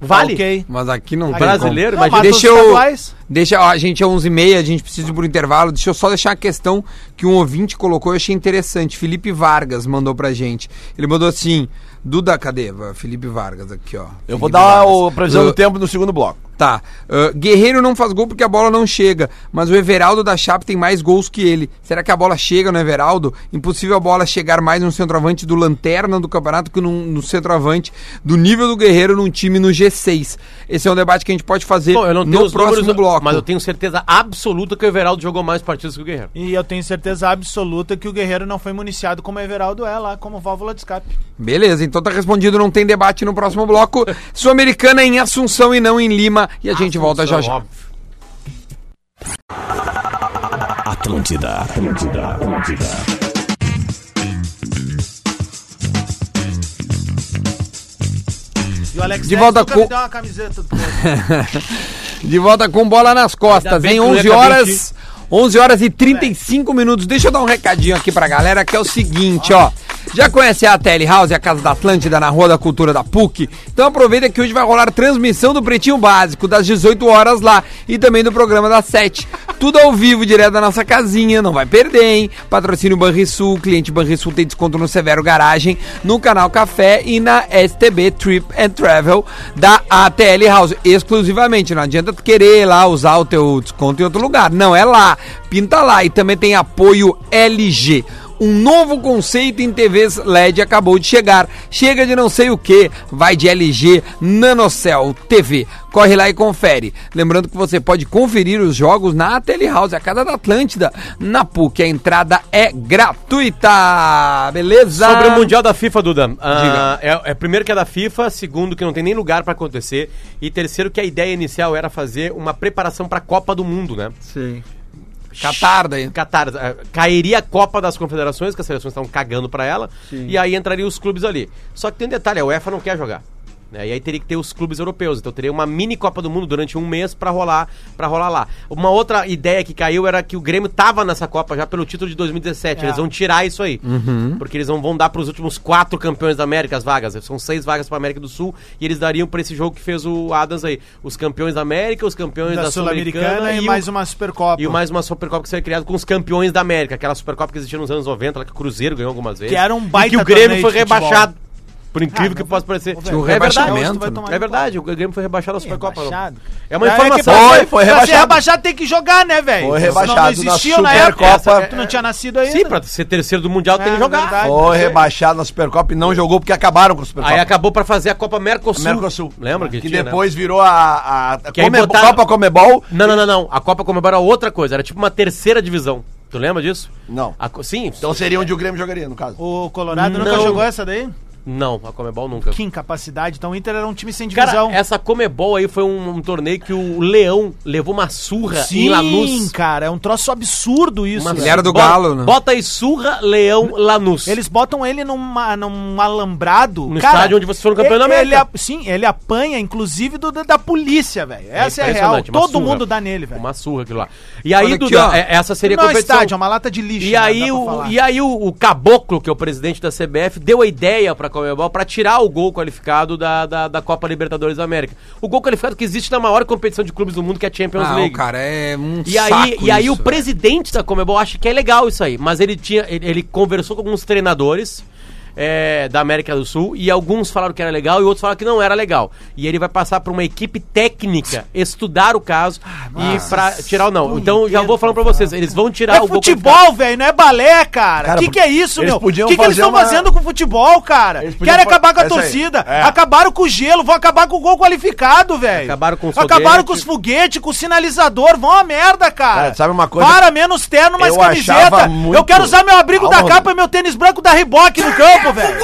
[SPEAKER 4] vale.
[SPEAKER 3] ok.
[SPEAKER 2] Mas aqui não tem
[SPEAKER 4] Brasileiro,
[SPEAKER 2] como.
[SPEAKER 3] Não,
[SPEAKER 4] imagina.
[SPEAKER 3] mas
[SPEAKER 2] Deixa
[SPEAKER 3] os
[SPEAKER 2] eu-
[SPEAKER 3] estaduais-
[SPEAKER 2] Deixa, ó, a gente é 11h30, a gente precisa ir pro intervalo. Deixa eu só deixar a questão que um ouvinte colocou, eu achei interessante. Felipe Vargas mandou pra gente. Ele mandou assim, Duda, cadê? Felipe Vargas aqui, ó.
[SPEAKER 6] Eu vou
[SPEAKER 2] Felipe
[SPEAKER 6] dar
[SPEAKER 2] Vargas.
[SPEAKER 6] o previsão
[SPEAKER 2] Eu-
[SPEAKER 6] do tempo no segundo bloco.
[SPEAKER 2] Tá. Ah, Guerreiro não faz gol porque a bola não chega, mas o Everaldo da Chape tem mais gols que ele. Será que a bola chega no Everaldo? Impossível a bola chegar mais no centroavante do Lanterna do campeonato que num- no centroavante do nível do Guerreiro num time no G6. Esse é um debate que a gente pode fazer
[SPEAKER 4] Bom, eu não tenho
[SPEAKER 2] no
[SPEAKER 4] os
[SPEAKER 2] próximo
[SPEAKER 4] números,
[SPEAKER 2] bloco.
[SPEAKER 4] mas eu tenho certeza absoluta que o Everaldo jogou mais partidas que o Guerreiro.
[SPEAKER 3] E eu tenho certeza absoluta que o Guerreiro não foi municiado como Everaldo é lá, como válvula de escape.
[SPEAKER 2] Beleza, então tá respondido, não tem debate no próximo bloco. Sul-Americana em Assunção e não em Lima. E a gente volta já já.
[SPEAKER 4] Óbvio.
[SPEAKER 1] Atlântida, Atlântida, Atlântida.
[SPEAKER 3] E o Alex
[SPEAKER 2] De
[SPEAKER 3] Neves
[SPEAKER 2] volta
[SPEAKER 3] nunca
[SPEAKER 2] com-
[SPEAKER 3] me deu uma camiseta do
[SPEAKER 2] De volta com bola nas costas,
[SPEAKER 4] Ainda
[SPEAKER 2] em
[SPEAKER 4] bem que tu
[SPEAKER 2] 11
[SPEAKER 4] ia acabar
[SPEAKER 2] horas, 11 horas e 35 minutos. Deixa eu dar um recadinho aqui pra galera, que é o seguinte, ó. Já conhece a Tele House, a Casa da Atlântida, na Rua da Cultura da PUC? Então aproveita que hoje vai rolar transmissão do Pretinho Básico, das 18 horas lá, e também do programa das 7. Tudo ao vivo, direto da nossa casinha, não vai perder, hein? Patrocínio Banrisul, cliente Banrisul tem desconto no Severo Garagem, no Canal Café e na STB Trip and Travel da ATL House, exclusivamente. Não adianta tu querer lá usar o teu desconto em outro lugar. Não, é lá. Pinta lá. E também tem apoio LG. Um novo conceito em TVs LED acabou de chegar. Chega de não sei o que, vai de LG Nanocell TV. Corre lá e confere. Lembrando que você pode conferir os jogos na Tele House, a Casa da Atlântida, na PUC. A entrada é gratuita. Beleza?
[SPEAKER 4] Sobre o Mundial da FIFA, Duda. ah, é, é primeiro que é da FIFA, segundo que não tem nem lugar pra acontecer e terceiro que a ideia inicial era fazer uma preparação pra Copa do Mundo, né?
[SPEAKER 2] Sim. Catar daí.
[SPEAKER 4] Catar, eh, cairia a Copa das Confederações, que as seleções estavam cagando pra ela, e aí entrariam os clubes ali. Só que tem um detalhe, a UEFA não quer jogar. né? E aí teria que ter os clubes europeus, então teria uma mini Copa do Mundo durante um mês pra rolar, para rolar lá. Uma outra ideia que caiu era que o Grêmio tava nessa Copa já pelo título de
[SPEAKER 3] É.
[SPEAKER 4] 2017. Eles vão tirar isso aí,
[SPEAKER 3] Uhum.
[SPEAKER 4] porque eles não vão dar pros últimos quatro campeões da América as vagas. São seis vagas pra América do Sul e eles dariam pra esse jogo que fez o Adams aí, os campeões da América, os campeões da,
[SPEAKER 3] da
[SPEAKER 4] Sul-Americana
[SPEAKER 3] Sul-Americana e
[SPEAKER 4] o-
[SPEAKER 3] mais uma Supercopa.
[SPEAKER 4] e o mais uma Supercopa que seria criada com os campeões da América, aquela Supercopa que existia nos anos 90, lá que o Cruzeiro ganhou algumas vezes.
[SPEAKER 3] Que era um
[SPEAKER 4] e
[SPEAKER 3] baita
[SPEAKER 4] que o
[SPEAKER 3] torneio
[SPEAKER 4] Grêmio foi
[SPEAKER 3] de futebol.
[SPEAKER 4] rebaixado. Por incrível
[SPEAKER 3] Ah,
[SPEAKER 4] que
[SPEAKER 3] não,
[SPEAKER 4] possa parecer.
[SPEAKER 6] um
[SPEAKER 3] velho.
[SPEAKER 2] O
[SPEAKER 4] é verdade.
[SPEAKER 2] rebaixamento.
[SPEAKER 3] vai tomar
[SPEAKER 4] É verdade, o Grêmio foi rebaixado na Supercopa. não.
[SPEAKER 3] Rebaixado.
[SPEAKER 4] É uma
[SPEAKER 3] Aí que
[SPEAKER 4] informação.
[SPEAKER 3] pra-
[SPEAKER 6] Foi, foi
[SPEAKER 3] pra ser
[SPEAKER 6] rebaixado.
[SPEAKER 3] rebaixado tem que jogar, né, velho?
[SPEAKER 6] Foi
[SPEAKER 3] Senão Não
[SPEAKER 6] rebaixado na
[SPEAKER 3] existiu na época.
[SPEAKER 6] Supercopa.
[SPEAKER 3] Tu não tinha nascido ainda.
[SPEAKER 4] Sim, pra ser terceiro do Mundial tem
[SPEAKER 3] É,
[SPEAKER 4] que jogar.
[SPEAKER 3] verdade.
[SPEAKER 6] Foi rebaixado na Supercopa e não jogou porque acabaram com a Supercopa.
[SPEAKER 4] Ah, Aí acabou pra fazer a Copa Mercosul.
[SPEAKER 6] Mercosul.
[SPEAKER 4] Lembra que,
[SPEAKER 6] que
[SPEAKER 4] tinha, né?
[SPEAKER 6] depois virou a, a
[SPEAKER 4] Que aí
[SPEAKER 6] Comebol-
[SPEAKER 4] botaram-
[SPEAKER 6] Copa Comebol.
[SPEAKER 4] Não, não, não, não. A Copa Comebol era outra coisa, era tipo uma terceira divisão. Tu lembra disso?
[SPEAKER 6] Não.
[SPEAKER 4] A co- sim, então.
[SPEAKER 6] Então seria onde o Grêmio jogaria, no caso.
[SPEAKER 3] O Colorado nunca
[SPEAKER 4] Não.
[SPEAKER 3] jogou essa daí?
[SPEAKER 4] Não, a Comebol nunca.
[SPEAKER 3] Que incapacidade. Então o Inter era um time sem
[SPEAKER 4] Cara,
[SPEAKER 3] divisão.
[SPEAKER 4] essa Comebol aí foi um, um torneio que o Leão levou uma surra em
[SPEAKER 3] Sim,
[SPEAKER 4] Lanús.
[SPEAKER 3] cara. É um troço absurdo isso.
[SPEAKER 4] Uma
[SPEAKER 3] velho.
[SPEAKER 2] Ele era do
[SPEAKER 4] é. bota-
[SPEAKER 2] Galo, né?
[SPEAKER 4] Bota aí surra, Leão, Lanús.
[SPEAKER 3] Eles botam ele numa, num alambrado.
[SPEAKER 4] No estádio onde vocês foram campeão
[SPEAKER 3] ele,
[SPEAKER 4] da América.
[SPEAKER 3] Ele, ap- sim, ele apanha, inclusive, do, da- da polícia, velho. Essa é, a real.
[SPEAKER 4] impressionante, uma
[SPEAKER 3] Todo
[SPEAKER 4] surra.
[SPEAKER 3] mundo dá nele, velho.
[SPEAKER 4] Uma surra aquilo lá. E aí,
[SPEAKER 2] Olha aqui,
[SPEAKER 4] Duda,
[SPEAKER 2] ó.
[SPEAKER 4] é- essa seria a
[SPEAKER 3] Não é um
[SPEAKER 4] competição.
[SPEAKER 3] estádio, é uma lata de lixo.
[SPEAKER 4] E
[SPEAKER 3] né?
[SPEAKER 4] aí,
[SPEAKER 3] Dá pra
[SPEAKER 4] o,
[SPEAKER 3] falar.
[SPEAKER 4] e aí o, o Caboclo, que é o presidente da CBF, deu a ideia pra Comebol pra tirar o gol qualificado da, da, da Copa Libertadores da América. O gol qualificado que existe na maior competição de clubes do mundo, que é a Champions
[SPEAKER 2] Ah, o
[SPEAKER 4] League.
[SPEAKER 2] cara é um
[SPEAKER 4] E aí,
[SPEAKER 2] saco
[SPEAKER 4] e aí
[SPEAKER 2] isso,
[SPEAKER 4] o presidente da Comebol acha que é legal isso aí, mas ele tinha ele, ele conversou com alguns treinadores é, da América do Sul e alguns falaram que era legal e outros falaram que não era legal. E ele vai passar por uma equipe técnica estudar o caso e pra tirar ou não. Então já vou falando pra vocês, eles vão
[SPEAKER 3] É
[SPEAKER 4] tirar Tá, o gol
[SPEAKER 3] futebol, velho, não é balé, cara. O
[SPEAKER 6] Cara,
[SPEAKER 3] que, que é isso,
[SPEAKER 6] eles
[SPEAKER 3] meu? O que,
[SPEAKER 6] podiam
[SPEAKER 3] que eles
[SPEAKER 6] fazer
[SPEAKER 3] estão
[SPEAKER 6] uma-
[SPEAKER 3] fazendo com o futebol, cara?
[SPEAKER 6] Eles podiam
[SPEAKER 3] Querem
[SPEAKER 6] fa-
[SPEAKER 3] acabar com a
[SPEAKER 6] Essa aí.
[SPEAKER 3] torcida.
[SPEAKER 6] É.
[SPEAKER 3] Acabaram com o gelo, vão acabar com o gol qualificado, velho.
[SPEAKER 4] Acabaram com os
[SPEAKER 3] Acabaram
[SPEAKER 4] foguetes.
[SPEAKER 3] com os foguetes, com o sinalizador. Vão a merda, cara.
[SPEAKER 6] Cara, É, sabe uma coisa?
[SPEAKER 3] Para menos terno, mais
[SPEAKER 6] Eu
[SPEAKER 3] camiseta.
[SPEAKER 6] achava muito-
[SPEAKER 3] Eu quero usar meu abrigo da
[SPEAKER 6] Calma,
[SPEAKER 3] capa e meu tênis branco da Reebok no campo, velho.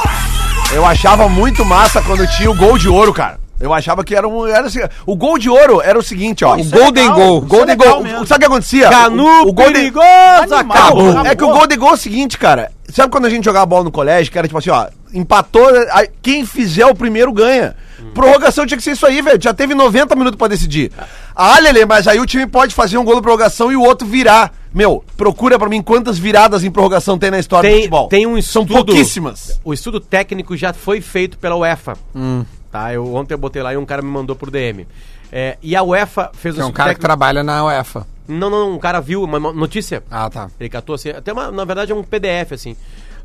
[SPEAKER 6] Eu achava muito massa quando tinha o gol de ouro, cara. Eu achava que era um. Era, assim, o gol de ouro era o seguinte, ó.
[SPEAKER 2] O
[SPEAKER 6] o
[SPEAKER 3] é
[SPEAKER 2] Golden
[SPEAKER 3] legal,
[SPEAKER 2] Goal.
[SPEAKER 3] isso é
[SPEAKER 2] Golden
[SPEAKER 3] legal
[SPEAKER 2] Goal.
[SPEAKER 3] mesmo.
[SPEAKER 6] Sabe o que acontecia?
[SPEAKER 4] Canu,
[SPEAKER 6] o, o gol de-
[SPEAKER 4] perigoso,
[SPEAKER 3] Animal,
[SPEAKER 4] acabou.
[SPEAKER 3] acabou.
[SPEAKER 6] É que o gol de gol é o seguinte, cara. Sabe quando a gente jogava bola no colégio, que era tipo assim, ó, empatou, aí quem fizer o primeiro ganha. Prorrogação tinha que ser isso aí, velho. Já teve 90 minutos pra decidir. Ah, Lele, mas aí o time pode fazer um gol na prorrogação e o outro virar. Meu, procura pra mim quantas viradas em prorrogação tem na história do
[SPEAKER 4] Tem,
[SPEAKER 6] é futebol.
[SPEAKER 4] tem um estudo.
[SPEAKER 6] São pouquíssimas.
[SPEAKER 4] O estudo técnico já foi feito pela UEFA. Tá? Eu, ontem eu botei lá e um cara me mandou por DM. É, e a UEFA fez
[SPEAKER 2] Que é um
[SPEAKER 4] estudo
[SPEAKER 2] cara que
[SPEAKER 4] técnico-
[SPEAKER 2] trabalha na UEFA.
[SPEAKER 4] Não, não, não, um cara viu uma mo- notícia.
[SPEAKER 2] Ah, tá.
[SPEAKER 4] Ele catou assim, até uma, na verdade é um PDF, assim.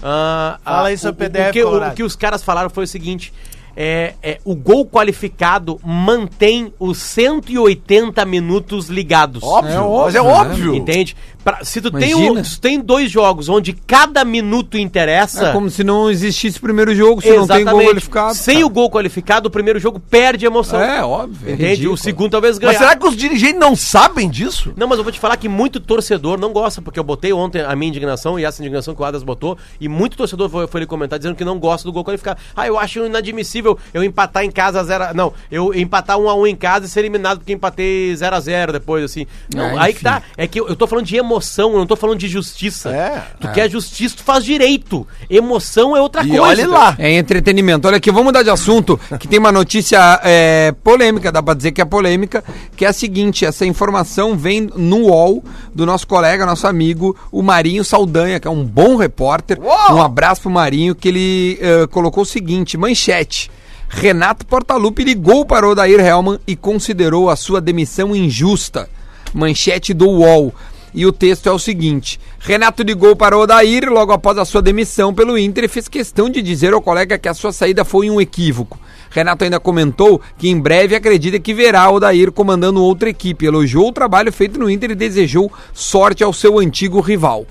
[SPEAKER 4] Ah,
[SPEAKER 3] Fala é
[SPEAKER 4] ah,
[SPEAKER 3] aí seu
[SPEAKER 4] o,
[SPEAKER 3] PDF
[SPEAKER 4] o que, o,
[SPEAKER 3] colorado.
[SPEAKER 4] que os caras falaram foi o seguinte: é, é, o gol qualificado mantém os 180 minutos ligados.
[SPEAKER 2] É
[SPEAKER 6] mas é
[SPEAKER 2] óbvio, né?
[SPEAKER 6] óbvio.
[SPEAKER 4] Entende? Pra- se, tu tem
[SPEAKER 2] Imagina.
[SPEAKER 4] um- se tu tem dois jogos onde cada minuto interessa.
[SPEAKER 2] É como se não existisse primeiro jogo, se não tem gol qualificado.
[SPEAKER 4] Sem
[SPEAKER 2] cara.
[SPEAKER 4] o gol qualificado, o primeiro jogo perde a emoção.
[SPEAKER 2] É, óbvio. é
[SPEAKER 4] Entende?
[SPEAKER 2] ridículo.
[SPEAKER 4] O segundo talvez ganhe.
[SPEAKER 6] Mas será que os dirigentes não sabem disso?
[SPEAKER 4] Não, mas eu vou te falar que muito torcedor não gosta, porque eu botei ontem a minha indignação e essa indignação que o Adas botou, e muito torcedor foi, foi ele comentar dizendo que não gosta do gol qualificado. Ah, eu acho inadmissível eu empatar em casa 0 Não, eu empatar 1 um a 1 um em casa e ser eliminado porque empatei 0 a 0 depois, assim. Não,
[SPEAKER 2] É,
[SPEAKER 4] aí
[SPEAKER 2] enfim.
[SPEAKER 4] que tá. É que eu, eu tô falando de emoção, eu não tô falando de justiça.
[SPEAKER 6] É,
[SPEAKER 4] tu quer justiça, tu faz direito. Emoção é outra
[SPEAKER 6] E
[SPEAKER 4] coisa.
[SPEAKER 6] olhe lá.
[SPEAKER 2] É entretenimento. Olha aqui, vamos mudar de assunto, que tem uma notícia é, polêmica, dá pra dizer que é polêmica, que é a seguinte, essa informação vem no UOL do nosso colega, nosso amigo, o Marinho Saldanha, que é um bom repórter. Um abraço pro Marinho, que ele eh, colocou o seguinte, manchete. Renato Portaluppi ligou para Odair Helman e considerou a sua demissão injusta manchete do UOL. E o texto é o seguinte: Renato ligou para Odair logo após a sua demissão pelo Inter e fez questão de dizer ao colega que a sua saída foi um equívoco. Renato ainda comentou que em breve acredita que verá Odair comandando outra equipe, elogiou o trabalho feito no Inter e desejou sorte ao seu antigo rival.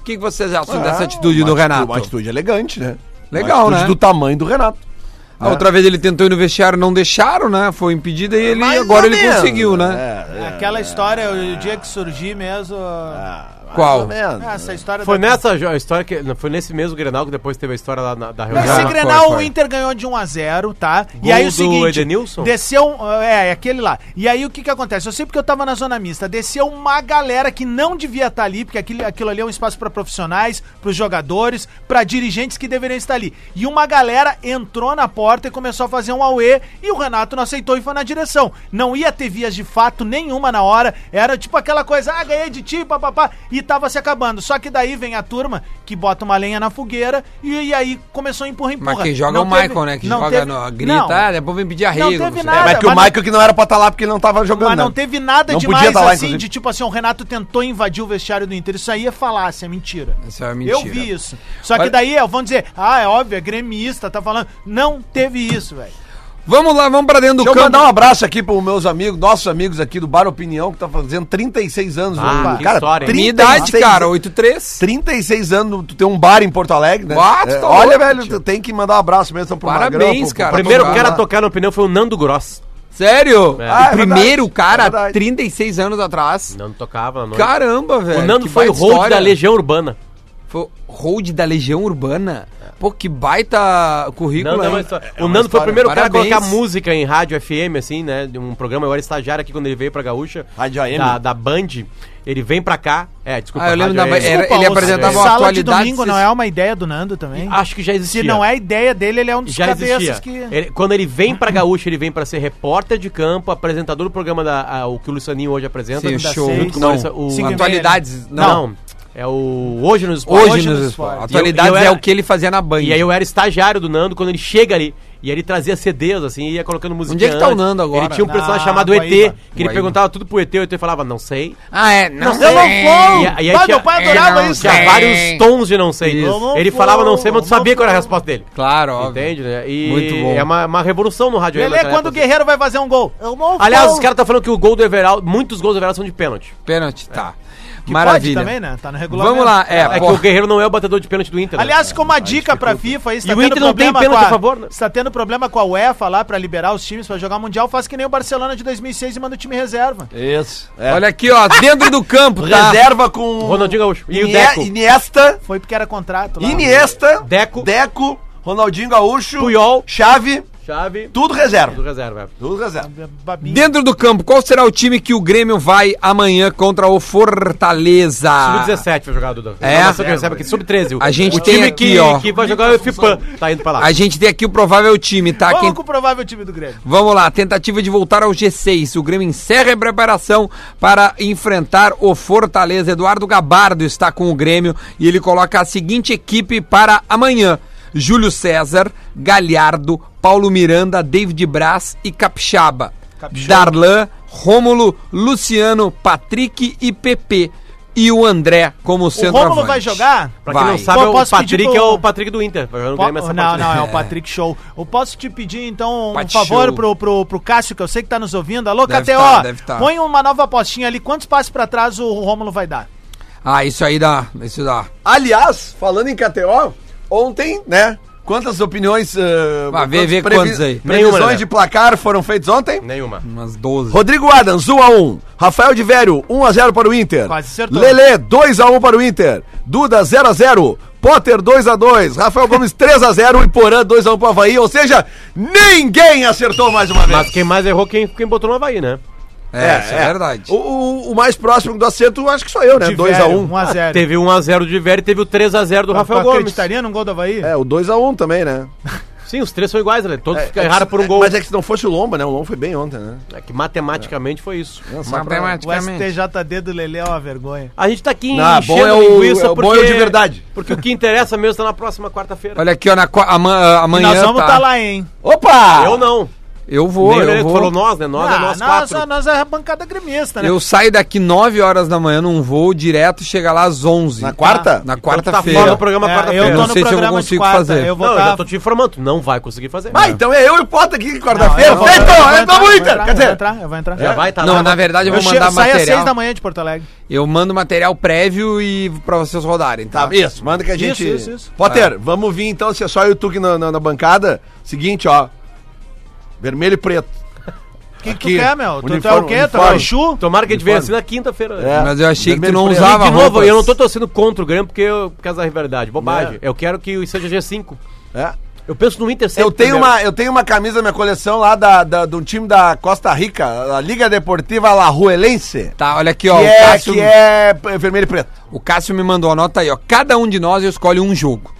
[SPEAKER 2] O que que vocês
[SPEAKER 6] Ah,
[SPEAKER 2] acham dessa atitude do
[SPEAKER 6] Uma
[SPEAKER 2] Renato?
[SPEAKER 6] Uma atitude elegante, né?
[SPEAKER 2] Legal,
[SPEAKER 6] Uma atitude
[SPEAKER 2] né?
[SPEAKER 6] do tamanho do Renato.
[SPEAKER 2] A outra vez ele tentou ir no vestiário, não deixaram, né? Foi impedido e ele,
[SPEAKER 6] Mais
[SPEAKER 2] agora
[SPEAKER 6] ou
[SPEAKER 2] ele
[SPEAKER 6] menos,
[SPEAKER 2] conseguiu, né?
[SPEAKER 6] É, é.
[SPEAKER 3] Aquela história, o dia que surgi mesmo.
[SPEAKER 6] Ah. Mais ou
[SPEAKER 2] Qual?
[SPEAKER 6] menos.
[SPEAKER 3] Essa história
[SPEAKER 4] Foi
[SPEAKER 3] da-
[SPEAKER 4] nessa jo- história que. não, Foi nesse mesmo Grenal que depois teve a história lá na, da reunião.
[SPEAKER 6] Ah,
[SPEAKER 3] Esse
[SPEAKER 2] Foi,
[SPEAKER 3] Grenal
[SPEAKER 2] foi.
[SPEAKER 3] o Inter ganhou de 1 a 0 tá?
[SPEAKER 4] Gol
[SPEAKER 3] e aí
[SPEAKER 4] do
[SPEAKER 3] o seguinte,
[SPEAKER 4] Edenilson?
[SPEAKER 3] desceu, um- é, é aquele lá. E aí o que que acontece? Eu sei porque eu tava na zona mista, desceu uma galera que não devia estar ali, porque aquilo, aquilo ali é um espaço pra profissionais, pros jogadores, pra dirigentes que deveriam estar ali. E uma galera entrou na porta e começou a fazer um auê, e o Renato não aceitou e foi na direção. Não ia ter vias de fato nenhuma na hora, era tipo aquela coisa, ah, ganhei de ti, papapá, e tava se acabando. Só que daí vem a turma que bota uma lenha na fogueira, e, e aí começou a empurrar,
[SPEAKER 2] Mas
[SPEAKER 3] Porra,
[SPEAKER 2] quem joga é
[SPEAKER 3] não
[SPEAKER 2] o Michael,
[SPEAKER 3] teve-
[SPEAKER 2] né? Que
[SPEAKER 3] não
[SPEAKER 2] joga,
[SPEAKER 3] teve-
[SPEAKER 2] no-
[SPEAKER 3] não,
[SPEAKER 2] grita, ah, depois vem pedir arrego.
[SPEAKER 3] não teve
[SPEAKER 2] sei.
[SPEAKER 3] nada.
[SPEAKER 6] É, mas que o
[SPEAKER 3] mas não-
[SPEAKER 6] Michael que não era pra estar lá porque ele não tava jogando.
[SPEAKER 3] mas não teve nada
[SPEAKER 6] Não
[SPEAKER 3] demais
[SPEAKER 6] podia tá lá,
[SPEAKER 3] assim,
[SPEAKER 6] inclusive.
[SPEAKER 3] de tipo assim, o Renato tentou invadir o vestiário do Inter. Isso aí é falácia, é mentira.
[SPEAKER 2] Isso é mentira.
[SPEAKER 3] Eu vi isso. Só que
[SPEAKER 2] Olha-
[SPEAKER 3] daí ó, vão dizer, ah, é óbvio, é gremista, tá falando. Não teve isso, velho.
[SPEAKER 2] Vamos lá, vamos pra dentro do
[SPEAKER 6] Deixa eu
[SPEAKER 2] campo.
[SPEAKER 6] mandar um abraço aqui pros meus amigos, nossos amigos aqui do Bar Opinião, que tá fazendo 36 anos.
[SPEAKER 4] Ah,
[SPEAKER 6] no-
[SPEAKER 4] que história, hein?
[SPEAKER 2] Minha
[SPEAKER 6] 36
[SPEAKER 2] idade, cara, 83.
[SPEAKER 6] 36 anos, tu tem um bar em Porto Alegre, né?
[SPEAKER 2] Ah, tu
[SPEAKER 6] É,
[SPEAKER 2] tá
[SPEAKER 6] olha,
[SPEAKER 2] louco,
[SPEAKER 6] velho,
[SPEAKER 2] tio.
[SPEAKER 6] tu tem que mandar um abraço mesmo pro
[SPEAKER 2] Parabéns, cara.
[SPEAKER 4] O primeiro
[SPEAKER 2] Tocar
[SPEAKER 4] cara a
[SPEAKER 2] lá.
[SPEAKER 4] tocar na opinião foi o Nando Gross.
[SPEAKER 2] Sério?
[SPEAKER 4] É.
[SPEAKER 2] O
[SPEAKER 6] Ah, é
[SPEAKER 2] primeiro
[SPEAKER 6] verdade, é
[SPEAKER 2] cara,
[SPEAKER 6] verdade.
[SPEAKER 2] 36 anos atrás.
[SPEAKER 4] Nando tocava, não
[SPEAKER 2] Caramba, velho.
[SPEAKER 4] O Nando
[SPEAKER 2] que
[SPEAKER 4] foi o
[SPEAKER 2] baita
[SPEAKER 4] hold
[SPEAKER 2] história. né?
[SPEAKER 4] da Legião Urbana.
[SPEAKER 2] Foi o hold da Legião Urbana. Pô, que baita currículo,
[SPEAKER 4] Nando é uma
[SPEAKER 2] hein?
[SPEAKER 4] história.
[SPEAKER 6] é
[SPEAKER 4] o
[SPEAKER 6] uma
[SPEAKER 4] Nando foi o
[SPEAKER 6] história.
[SPEAKER 4] primeiro
[SPEAKER 2] Parabéns.
[SPEAKER 4] cara a colocar música em rádio FM, assim, né? De um programa, eu era estagiário aqui quando ele veio pra Gaúcha.
[SPEAKER 6] Rádio AM.
[SPEAKER 4] Da, da Band. Ele vem pra cá. É, desculpa.
[SPEAKER 2] Ah, eu lembro
[SPEAKER 4] rádio
[SPEAKER 2] da-
[SPEAKER 4] AM.
[SPEAKER 2] era- ele
[SPEAKER 3] Desculpa,
[SPEAKER 2] apresentava
[SPEAKER 3] o
[SPEAKER 2] a
[SPEAKER 3] Sala de
[SPEAKER 2] atualidade,
[SPEAKER 3] domingo
[SPEAKER 2] se-
[SPEAKER 3] não é uma ideia do Nando também?
[SPEAKER 4] Acho que já
[SPEAKER 3] Se
[SPEAKER 4] existia.
[SPEAKER 3] não é ideia dele, ele é um dos
[SPEAKER 4] Já existia.
[SPEAKER 3] cabeças que...
[SPEAKER 4] Ele- quando ele vem pra Gaúcha, ele vem pra ser repórter de campo, apresentador do programa da, a- o que o Lucianinho hoje apresenta.
[SPEAKER 2] Sim,
[SPEAKER 4] né? da
[SPEAKER 2] show.
[SPEAKER 4] Seis, com
[SPEAKER 2] Não.
[SPEAKER 4] Marisa- o-
[SPEAKER 3] Cinco e meia.
[SPEAKER 2] Atualidades, não.
[SPEAKER 4] Não. É o Hoje nos
[SPEAKER 2] Hoje,
[SPEAKER 3] Hoje
[SPEAKER 2] nos
[SPEAKER 3] nos
[SPEAKER 2] esportes.
[SPEAKER 3] esportes.
[SPEAKER 2] Atualidades
[SPEAKER 4] E eu- e eu
[SPEAKER 2] é
[SPEAKER 4] era-
[SPEAKER 2] o que ele fazia na Band.
[SPEAKER 4] E aí eu era estagiário do Nando quando ele chega ali. E aí ele trazia CDs, assim, e ia colocando música.
[SPEAKER 2] Onde é que tá o Nando agora?
[SPEAKER 4] Ele tinha um
[SPEAKER 2] Na
[SPEAKER 3] Ah,
[SPEAKER 4] personagem chamado ET,
[SPEAKER 3] Guaíba.
[SPEAKER 4] que ele
[SPEAKER 2] Guaíba.
[SPEAKER 4] perguntava tudo pro ET, o ET falava, não sei.
[SPEAKER 2] Ah, é? Não,
[SPEAKER 3] Eu não vou!
[SPEAKER 4] E a- e aí
[SPEAKER 3] Pai,
[SPEAKER 4] tinha-
[SPEAKER 3] meu pai
[SPEAKER 2] eu
[SPEAKER 3] adorava
[SPEAKER 2] não
[SPEAKER 3] isso.
[SPEAKER 2] sei.
[SPEAKER 4] Tinha vários tons de não sei.
[SPEAKER 2] Isso.
[SPEAKER 3] Eu É, não
[SPEAKER 4] Ele
[SPEAKER 3] vou,
[SPEAKER 4] falava não sei, mas tu
[SPEAKER 3] eu não
[SPEAKER 4] sabia qual era a
[SPEAKER 3] vou.
[SPEAKER 4] resposta dele.
[SPEAKER 2] Claro, óbvio.
[SPEAKER 4] Entende, né? E
[SPEAKER 2] Muito bom.
[SPEAKER 4] é uma, uma revolução no rádio. aí
[SPEAKER 3] Lelê,
[SPEAKER 4] naquela
[SPEAKER 3] é quando o
[SPEAKER 4] época, assim.
[SPEAKER 3] Guerreiro vai fazer um gol? Eu não
[SPEAKER 4] Aliás,
[SPEAKER 3] vou.
[SPEAKER 4] os caras estão falando que o gol do Everaldo, muitos gols do Everaldo são de pênalti.
[SPEAKER 2] Pênalti, tá.
[SPEAKER 3] Que
[SPEAKER 2] Maravilha.
[SPEAKER 3] pode também, né? Tá no regulamento.
[SPEAKER 2] Vamos lá, é,
[SPEAKER 4] É, que
[SPEAKER 2] pô,
[SPEAKER 4] o Guerreiro não é o batedor de pênalti do Inter. né?
[SPEAKER 3] Aliás, ficou uma dica pra FIFA aí. tá
[SPEAKER 4] E o Inter não tem
[SPEAKER 3] problema
[SPEAKER 4] pênalti
[SPEAKER 3] com
[SPEAKER 4] a favor, né?
[SPEAKER 3] Você tá tendo problema com a UEFA lá pra liberar os times pra jogar Mundial, faz que nem o Barcelona de 2006 e manda o time reserva.
[SPEAKER 6] Isso.
[SPEAKER 2] olha aqui, ó, dentro do campo, tá?
[SPEAKER 6] é. Reserva com.
[SPEAKER 4] Ronaldinho Gaúcho. E o
[SPEAKER 6] Inie-
[SPEAKER 4] Deco.
[SPEAKER 6] Iniesta.
[SPEAKER 3] Foi porque era contrato lá.
[SPEAKER 6] Iniesta.
[SPEAKER 4] Deco.
[SPEAKER 6] Deco. Ronaldinho Gaúcho,
[SPEAKER 4] Puyol.
[SPEAKER 6] Chave,
[SPEAKER 4] Chave
[SPEAKER 6] tudo
[SPEAKER 4] do
[SPEAKER 6] reserva.
[SPEAKER 4] reserva.
[SPEAKER 6] Tudo reserva.
[SPEAKER 3] Babinho.
[SPEAKER 2] Dentro do campo, qual será o time que o Grêmio vai amanhã contra o Fortaleza?
[SPEAKER 4] Sub-17 vai jogar, Dudu.
[SPEAKER 2] É?
[SPEAKER 4] Informação que recebe aqui, sub-13.
[SPEAKER 2] A gente
[SPEAKER 4] o
[SPEAKER 2] tem
[SPEAKER 4] time
[SPEAKER 2] aqui,
[SPEAKER 4] que,
[SPEAKER 2] ó.
[SPEAKER 4] que vai jogar é o FIPAN. Tá indo pra lá.
[SPEAKER 2] A gente tem aqui o provável time, tá?
[SPEAKER 3] Vamos
[SPEAKER 2] Quem-
[SPEAKER 3] com o provável time do Grêmio.
[SPEAKER 2] Vamos lá, tentativa de voltar ao G6. O Grêmio encerra a preparação para enfrentar o Fortaleza. Eduardo Gabardo está com o Grêmio e ele coloca a seguinte equipe para amanhã: Júlio César, Galhardo, Paulo Miranda, David Braz e Capixaba. Darlan, Rômulo, Luciano, Patrick e PP. E o André como
[SPEAKER 3] O
[SPEAKER 2] centroavante.
[SPEAKER 3] Rômulo vai jogar?
[SPEAKER 4] Pra quem
[SPEAKER 2] vai.
[SPEAKER 4] não sabe,
[SPEAKER 3] Pô,
[SPEAKER 4] o
[SPEAKER 3] posso
[SPEAKER 4] Patrick
[SPEAKER 3] pedir pro-
[SPEAKER 4] é o Patrick do Inter. Vai jogar no
[SPEAKER 3] Po-
[SPEAKER 4] Grêmio essa
[SPEAKER 3] Não,
[SPEAKER 4] partida.
[SPEAKER 3] não, é o Patrick Show. Eu posso te pedir, então, um
[SPEAKER 2] Pat
[SPEAKER 3] favor
[SPEAKER 2] Show.
[SPEAKER 3] pro, pro, pro Cássio, que eu sei que tá nos ouvindo. Alô,
[SPEAKER 2] Deve
[SPEAKER 3] KTO,
[SPEAKER 2] tá, deve tá.
[SPEAKER 3] põe uma nova apostinha ali. Quantos passos pra trás o Rômulo vai dar?
[SPEAKER 2] Ah, isso aí dá. Isso dá.
[SPEAKER 6] Aliás, falando em KTO, ontem, né? Quantas opiniões. Uh,
[SPEAKER 2] Ah, vê- vê quantos aí.
[SPEAKER 6] Previsões
[SPEAKER 4] Nenhuma, né?
[SPEAKER 6] de placar foram feitas ontem?
[SPEAKER 4] Nenhuma.
[SPEAKER 2] Umas 12.
[SPEAKER 6] Rodrigo Adams, 1x1. Rafael de Vério, 1x0 para o Inter.
[SPEAKER 3] Quase acertou.
[SPEAKER 6] Lele, 2x1 para o Inter. Duda, 0x0. Potter, 2x2. Rafael Gomes, 3x0. E Porã, 2x1 para o Havaí. Ou seja, ninguém acertou mais uma vez.
[SPEAKER 4] Mas quem mais errou, quem, quem botou no Havaí, né?
[SPEAKER 2] É, isso é verdade.
[SPEAKER 6] O, o- o mais próximo do acerto, acho que sou eu, né?
[SPEAKER 3] De
[SPEAKER 6] 2x1.
[SPEAKER 3] 1x0.
[SPEAKER 4] Teve 1x0 de Vério e teve o 3x0 do Rafael Gomes.
[SPEAKER 3] acreditaria num gol do Havaí?
[SPEAKER 6] É, o 2x1 também, né?
[SPEAKER 4] Sim, os três são iguais, né? Todos
[SPEAKER 6] É,
[SPEAKER 4] erraram por um gol.
[SPEAKER 6] Mas é que se não fosse o Lomba, né? O Lomba foi bem ontem, né?
[SPEAKER 4] É que matematicamente foi isso.
[SPEAKER 3] O STJD do Lele é uma vergonha.
[SPEAKER 4] A gente tá aqui
[SPEAKER 6] Ah, bom é o- é o bom é o de verdade.
[SPEAKER 4] Porque o que interessa mesmo tá na próxima quarta-feira.
[SPEAKER 2] Olha aqui, ó, na, qua- ama-
[SPEAKER 3] E
[SPEAKER 2] amanhã.
[SPEAKER 3] nós vamos
[SPEAKER 2] tá.
[SPEAKER 3] estar lá, hein?
[SPEAKER 6] Opa!
[SPEAKER 4] Eu não.
[SPEAKER 2] Eu vou,
[SPEAKER 4] Nem o
[SPEAKER 2] eu
[SPEAKER 4] Leleto
[SPEAKER 2] vou.
[SPEAKER 4] falou nós, né? Nós é
[SPEAKER 3] Ah,
[SPEAKER 4] nós
[SPEAKER 3] nós,
[SPEAKER 4] quatro.
[SPEAKER 3] nós, é a bancada gremista, né?
[SPEAKER 2] Eu saio daqui 9 horas da manhã num voo direto, chega lá às 11.
[SPEAKER 6] Na quarta?
[SPEAKER 2] Na
[SPEAKER 4] Tá fora
[SPEAKER 2] quarta-feira.
[SPEAKER 4] do programa
[SPEAKER 3] É,
[SPEAKER 4] quarta-feira.
[SPEAKER 2] eu não sei se eu consigo fazer.
[SPEAKER 3] Eu vou
[SPEAKER 4] Não, eu
[SPEAKER 3] tá-
[SPEAKER 4] já tô te informando. tu Não vai conseguir fazer.
[SPEAKER 6] Ah, então é eu e o Potter aqui
[SPEAKER 3] eu
[SPEAKER 6] quarta-feira.
[SPEAKER 3] vou-
[SPEAKER 6] Feito!
[SPEAKER 3] eu vou
[SPEAKER 6] É
[SPEAKER 3] entrar,
[SPEAKER 6] do
[SPEAKER 3] eu vou
[SPEAKER 6] Inter!
[SPEAKER 3] entrar,
[SPEAKER 6] Quer
[SPEAKER 3] Eu vou
[SPEAKER 6] dizer,
[SPEAKER 3] entrar, eu vou entrar.
[SPEAKER 4] Já vai tá
[SPEAKER 2] Não,
[SPEAKER 4] lá.
[SPEAKER 2] na verdade eu vou
[SPEAKER 3] chego-
[SPEAKER 2] mandar
[SPEAKER 3] saio às seis da
[SPEAKER 2] material.
[SPEAKER 3] manhã de Porto Alegre.
[SPEAKER 2] Eu mando material prévio e pra vocês rodarem, tá?
[SPEAKER 6] Tá, isso, manda que a gente.
[SPEAKER 3] Isso, isso, isso.
[SPEAKER 6] Potter, vamos vir então, se é só eu e tu aqui na, na- na bancada. Seguinte, ó. Vermelho e preto.
[SPEAKER 3] O que, que tu
[SPEAKER 6] Aqui,
[SPEAKER 3] quer, meu? Tu, tu é o
[SPEAKER 6] uniforme,
[SPEAKER 3] quê? Tu é
[SPEAKER 6] uniforme.
[SPEAKER 3] o Exu?
[SPEAKER 4] Tomara que a gente venha
[SPEAKER 6] Uniforme.
[SPEAKER 4] assim na quinta-feira.
[SPEAKER 6] É.
[SPEAKER 2] Mas eu achei que tu
[SPEAKER 6] Vermelho
[SPEAKER 2] não
[SPEAKER 6] e preto.
[SPEAKER 2] usava
[SPEAKER 4] E de novo,
[SPEAKER 2] roupas.
[SPEAKER 4] eu não tô torcendo contra o Grêmio porque eu, por causa da rivalidade. Bobagem. Eu quero que seja G5.
[SPEAKER 6] É.
[SPEAKER 4] Eu penso no Inter sempre.
[SPEAKER 6] Eu, tenho
[SPEAKER 4] primeiro.
[SPEAKER 6] uma, eu tenho uma camisa na minha coleção lá da, da, de um time da Costa Rica, a Liga Deportiva Lajuelense.
[SPEAKER 2] Tá, olha aqui,
[SPEAKER 6] Que,
[SPEAKER 2] ó. o,
[SPEAKER 6] é,
[SPEAKER 2] Cássio,
[SPEAKER 6] que é p- vermelho e preto.
[SPEAKER 2] o Cássio me mandou, anota aí, ó. Cada um de nós escolhe um jogo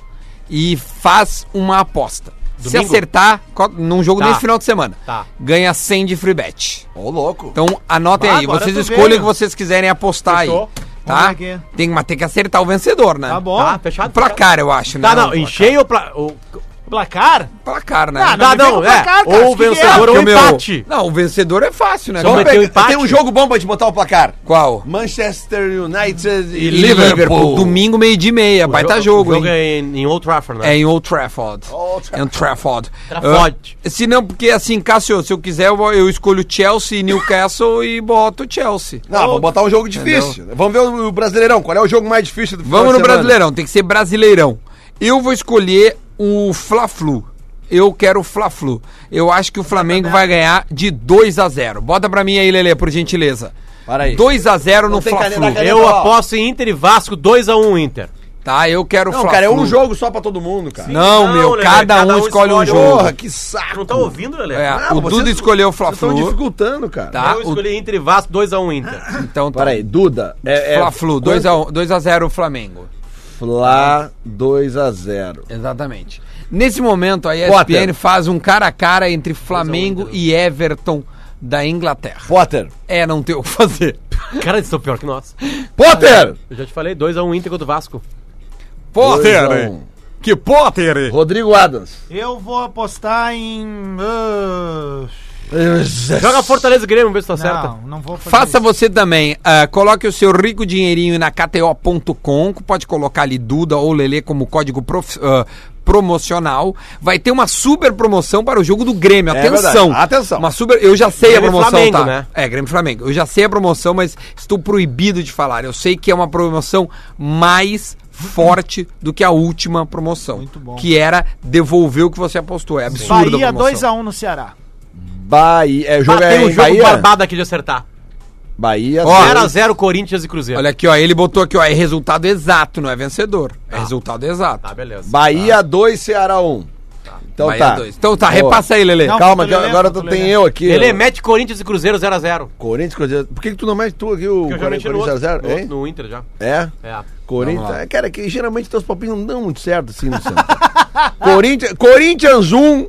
[SPEAKER 2] e faz uma aposta. Se
[SPEAKER 4] Domingo?
[SPEAKER 2] acertar, co- num jogo
[SPEAKER 4] Tá.
[SPEAKER 2] nesse final de semana,
[SPEAKER 4] Tá.
[SPEAKER 2] ganha 100 de free bet.
[SPEAKER 6] Ô, louco.
[SPEAKER 2] Então anotem
[SPEAKER 3] Ah,
[SPEAKER 2] aí,
[SPEAKER 3] agora
[SPEAKER 2] vocês
[SPEAKER 3] tu
[SPEAKER 2] escolhem
[SPEAKER 3] veio.
[SPEAKER 2] o que vocês quiserem apostar
[SPEAKER 3] Fechou.
[SPEAKER 2] aí.
[SPEAKER 3] Vamos
[SPEAKER 2] Tá?
[SPEAKER 3] ver aqui.
[SPEAKER 2] Tem, mas tem que acertar o vencedor, né?
[SPEAKER 3] Tá bom.
[SPEAKER 4] Tá, fechado?
[SPEAKER 2] Placar, eu acho,
[SPEAKER 4] Tá,
[SPEAKER 2] né?
[SPEAKER 4] não. Enchei o, pla... o...
[SPEAKER 3] Placar?
[SPEAKER 2] Placar, né?
[SPEAKER 3] Ah,
[SPEAKER 4] Tá,
[SPEAKER 3] me vem
[SPEAKER 4] não,
[SPEAKER 3] com
[SPEAKER 4] é.
[SPEAKER 3] placar, cara,
[SPEAKER 4] Ou
[SPEAKER 3] isso que que é?
[SPEAKER 4] vencedor ou
[SPEAKER 2] Porque o meu-
[SPEAKER 4] empate.
[SPEAKER 2] Não, o vencedor é fácil, né?
[SPEAKER 4] Só
[SPEAKER 2] cara?
[SPEAKER 4] meter o empate.
[SPEAKER 6] Tem um jogo bom pra te botar o placar.
[SPEAKER 2] Qual?
[SPEAKER 6] Manchester United e,
[SPEAKER 2] Domingo, meio-dia e meia.
[SPEAKER 4] O
[SPEAKER 2] Baita
[SPEAKER 4] jo-
[SPEAKER 2] tá jogo,
[SPEAKER 4] o jogo
[SPEAKER 2] hein?
[SPEAKER 4] é em, em Old Trafford, né?
[SPEAKER 2] É em Old Trafford. É
[SPEAKER 6] Old Trafford.
[SPEAKER 2] Em Trafford.
[SPEAKER 4] Trafford.
[SPEAKER 2] Ah, se não, porque assim, Cássio, se eu quiser, eu, vou- eu escolho Chelsea e Newcastle e boto Chelsea.
[SPEAKER 6] Não, vamos botar um jogo difícil. Vamos ver o, o Brasileirão. Qual é o jogo mais difícil do final
[SPEAKER 2] Vamos
[SPEAKER 6] de
[SPEAKER 2] no
[SPEAKER 6] semana?
[SPEAKER 2] Brasileirão, tem que ser Brasileirão. Eu vou escolher o Fla-Flu. Eu quero o Fla-Flu. Eu acho que o Flamengo vai ganhar de 2 a 0. Bota pra mim aí, Lelê, por gentileza.
[SPEAKER 6] Para aí.
[SPEAKER 2] 2 a 0 no
[SPEAKER 6] tem
[SPEAKER 2] Fla-Flu.
[SPEAKER 6] calendário.
[SPEAKER 4] Eu
[SPEAKER 6] Ó.
[SPEAKER 4] aposto em Inter e Vasco 2x1 Inter.
[SPEAKER 2] Tá, eu quero o
[SPEAKER 6] Não, cara, é um jogo só pra todo mundo, cara.
[SPEAKER 2] Não,
[SPEAKER 4] Não,
[SPEAKER 2] meu,
[SPEAKER 4] Lelê,
[SPEAKER 2] cada,
[SPEAKER 4] cada
[SPEAKER 2] um
[SPEAKER 4] um
[SPEAKER 2] escolhe um
[SPEAKER 4] escolhe
[SPEAKER 2] jogo.
[SPEAKER 6] Porra, que saco.
[SPEAKER 4] tá ouvindo, Lelê?
[SPEAKER 2] É,
[SPEAKER 6] Ah,
[SPEAKER 2] o
[SPEAKER 6] vocês-
[SPEAKER 2] Duda escolheu o
[SPEAKER 6] Vocês estão
[SPEAKER 2] Fla-Flu.
[SPEAKER 6] dificultando, cara.
[SPEAKER 2] Tá,
[SPEAKER 4] eu
[SPEAKER 2] o-
[SPEAKER 4] escolhi Inter e Vasco 2x1 Inter.
[SPEAKER 2] então tá.
[SPEAKER 6] Para aí, Duda. É, é
[SPEAKER 2] Fla-Flu, 2 a 1 2 a 0 Flamengo.
[SPEAKER 6] Fla 2 a 0.
[SPEAKER 2] Exatamente. Nesse momento, a ESPN
[SPEAKER 6] Potter.
[SPEAKER 2] faz um cara a cara entre Flamengo e Everton da Inglaterra.
[SPEAKER 6] Potter.
[SPEAKER 2] É, não tem o que fazer.
[SPEAKER 4] Cara, eles são pior que nós.
[SPEAKER 6] Potter!
[SPEAKER 4] Eu já te falei, 2x1 Inter contra o Vasco.
[SPEAKER 6] Potter,
[SPEAKER 2] Dois a
[SPEAKER 6] hein?
[SPEAKER 2] um. Que Potter!
[SPEAKER 6] Rodrigo Adams.
[SPEAKER 3] Eu vou apostar em. ah,
[SPEAKER 4] Joga Fortaleza e Grêmio, vamos ver se tá
[SPEAKER 3] não,
[SPEAKER 4] certo.
[SPEAKER 3] não vou fazer
[SPEAKER 2] Faça
[SPEAKER 3] isso.
[SPEAKER 2] você também, ah, coloque o seu rico dinheirinho na KTO.com, pode colocar ali Duda ou Lelê como código prof- ah, promocional. Vai ter uma super promoção para o jogo do Grêmio,
[SPEAKER 6] É
[SPEAKER 2] atenção.
[SPEAKER 6] verdade, atenção.
[SPEAKER 2] Uma super, eu já sei
[SPEAKER 4] Grêmio
[SPEAKER 2] a
[SPEAKER 4] e
[SPEAKER 2] promoção,
[SPEAKER 4] Flamengo,
[SPEAKER 2] tá?
[SPEAKER 4] né?
[SPEAKER 2] É, Grêmio e Flamengo. Eu já sei a promoção, mas estou proibido de falar. Eu sei que é uma promoção mais forte do que a última promoção,
[SPEAKER 3] Muito bom.
[SPEAKER 2] que era devolver o que você apostou. É absurdo
[SPEAKER 3] Bahia
[SPEAKER 2] a promoção.
[SPEAKER 3] 2x1 no Ceará.
[SPEAKER 6] Bahia. É, o jogo
[SPEAKER 4] Ah,
[SPEAKER 6] é
[SPEAKER 4] tem um
[SPEAKER 6] em
[SPEAKER 4] jogo
[SPEAKER 6] Bahia.
[SPEAKER 4] barbado aqui de acertar.
[SPEAKER 6] Bahia.
[SPEAKER 2] Ó,
[SPEAKER 6] dois.
[SPEAKER 4] 0x0 Corinthians e Cruzeiro.
[SPEAKER 2] Olha aqui, ó, ele botou aqui, ó,
[SPEAKER 6] Ah.
[SPEAKER 2] é resultado exato, não é vencedor. É resultado exato.
[SPEAKER 4] Tá, beleza.
[SPEAKER 6] Bahia 2, Ceará 1. Um. Então
[SPEAKER 2] Bahia
[SPEAKER 6] tá.
[SPEAKER 2] dois. Então tá,
[SPEAKER 6] Boa.
[SPEAKER 2] repassa aí, Lele.
[SPEAKER 4] Ah,
[SPEAKER 3] Não.
[SPEAKER 6] Calma, que
[SPEAKER 3] Lelê,
[SPEAKER 6] agora tu
[SPEAKER 3] Lelê.
[SPEAKER 6] tem eu aqui.
[SPEAKER 4] Ele
[SPEAKER 6] ó.
[SPEAKER 4] mete Corinthians e Cruzeiro 0x0.
[SPEAKER 6] Corinthians, Cruzeiro. Por que, que tu não mete tu aqui o Corinthians
[SPEAKER 4] no, outro,
[SPEAKER 6] 0
[SPEAKER 4] no, outro, no Inter já.
[SPEAKER 6] É?
[SPEAKER 4] É.
[SPEAKER 6] Corinthians. É, cara, que geralmente teus palpites não dão muito certo assim no Santos. Corinthians, Corinthians 1,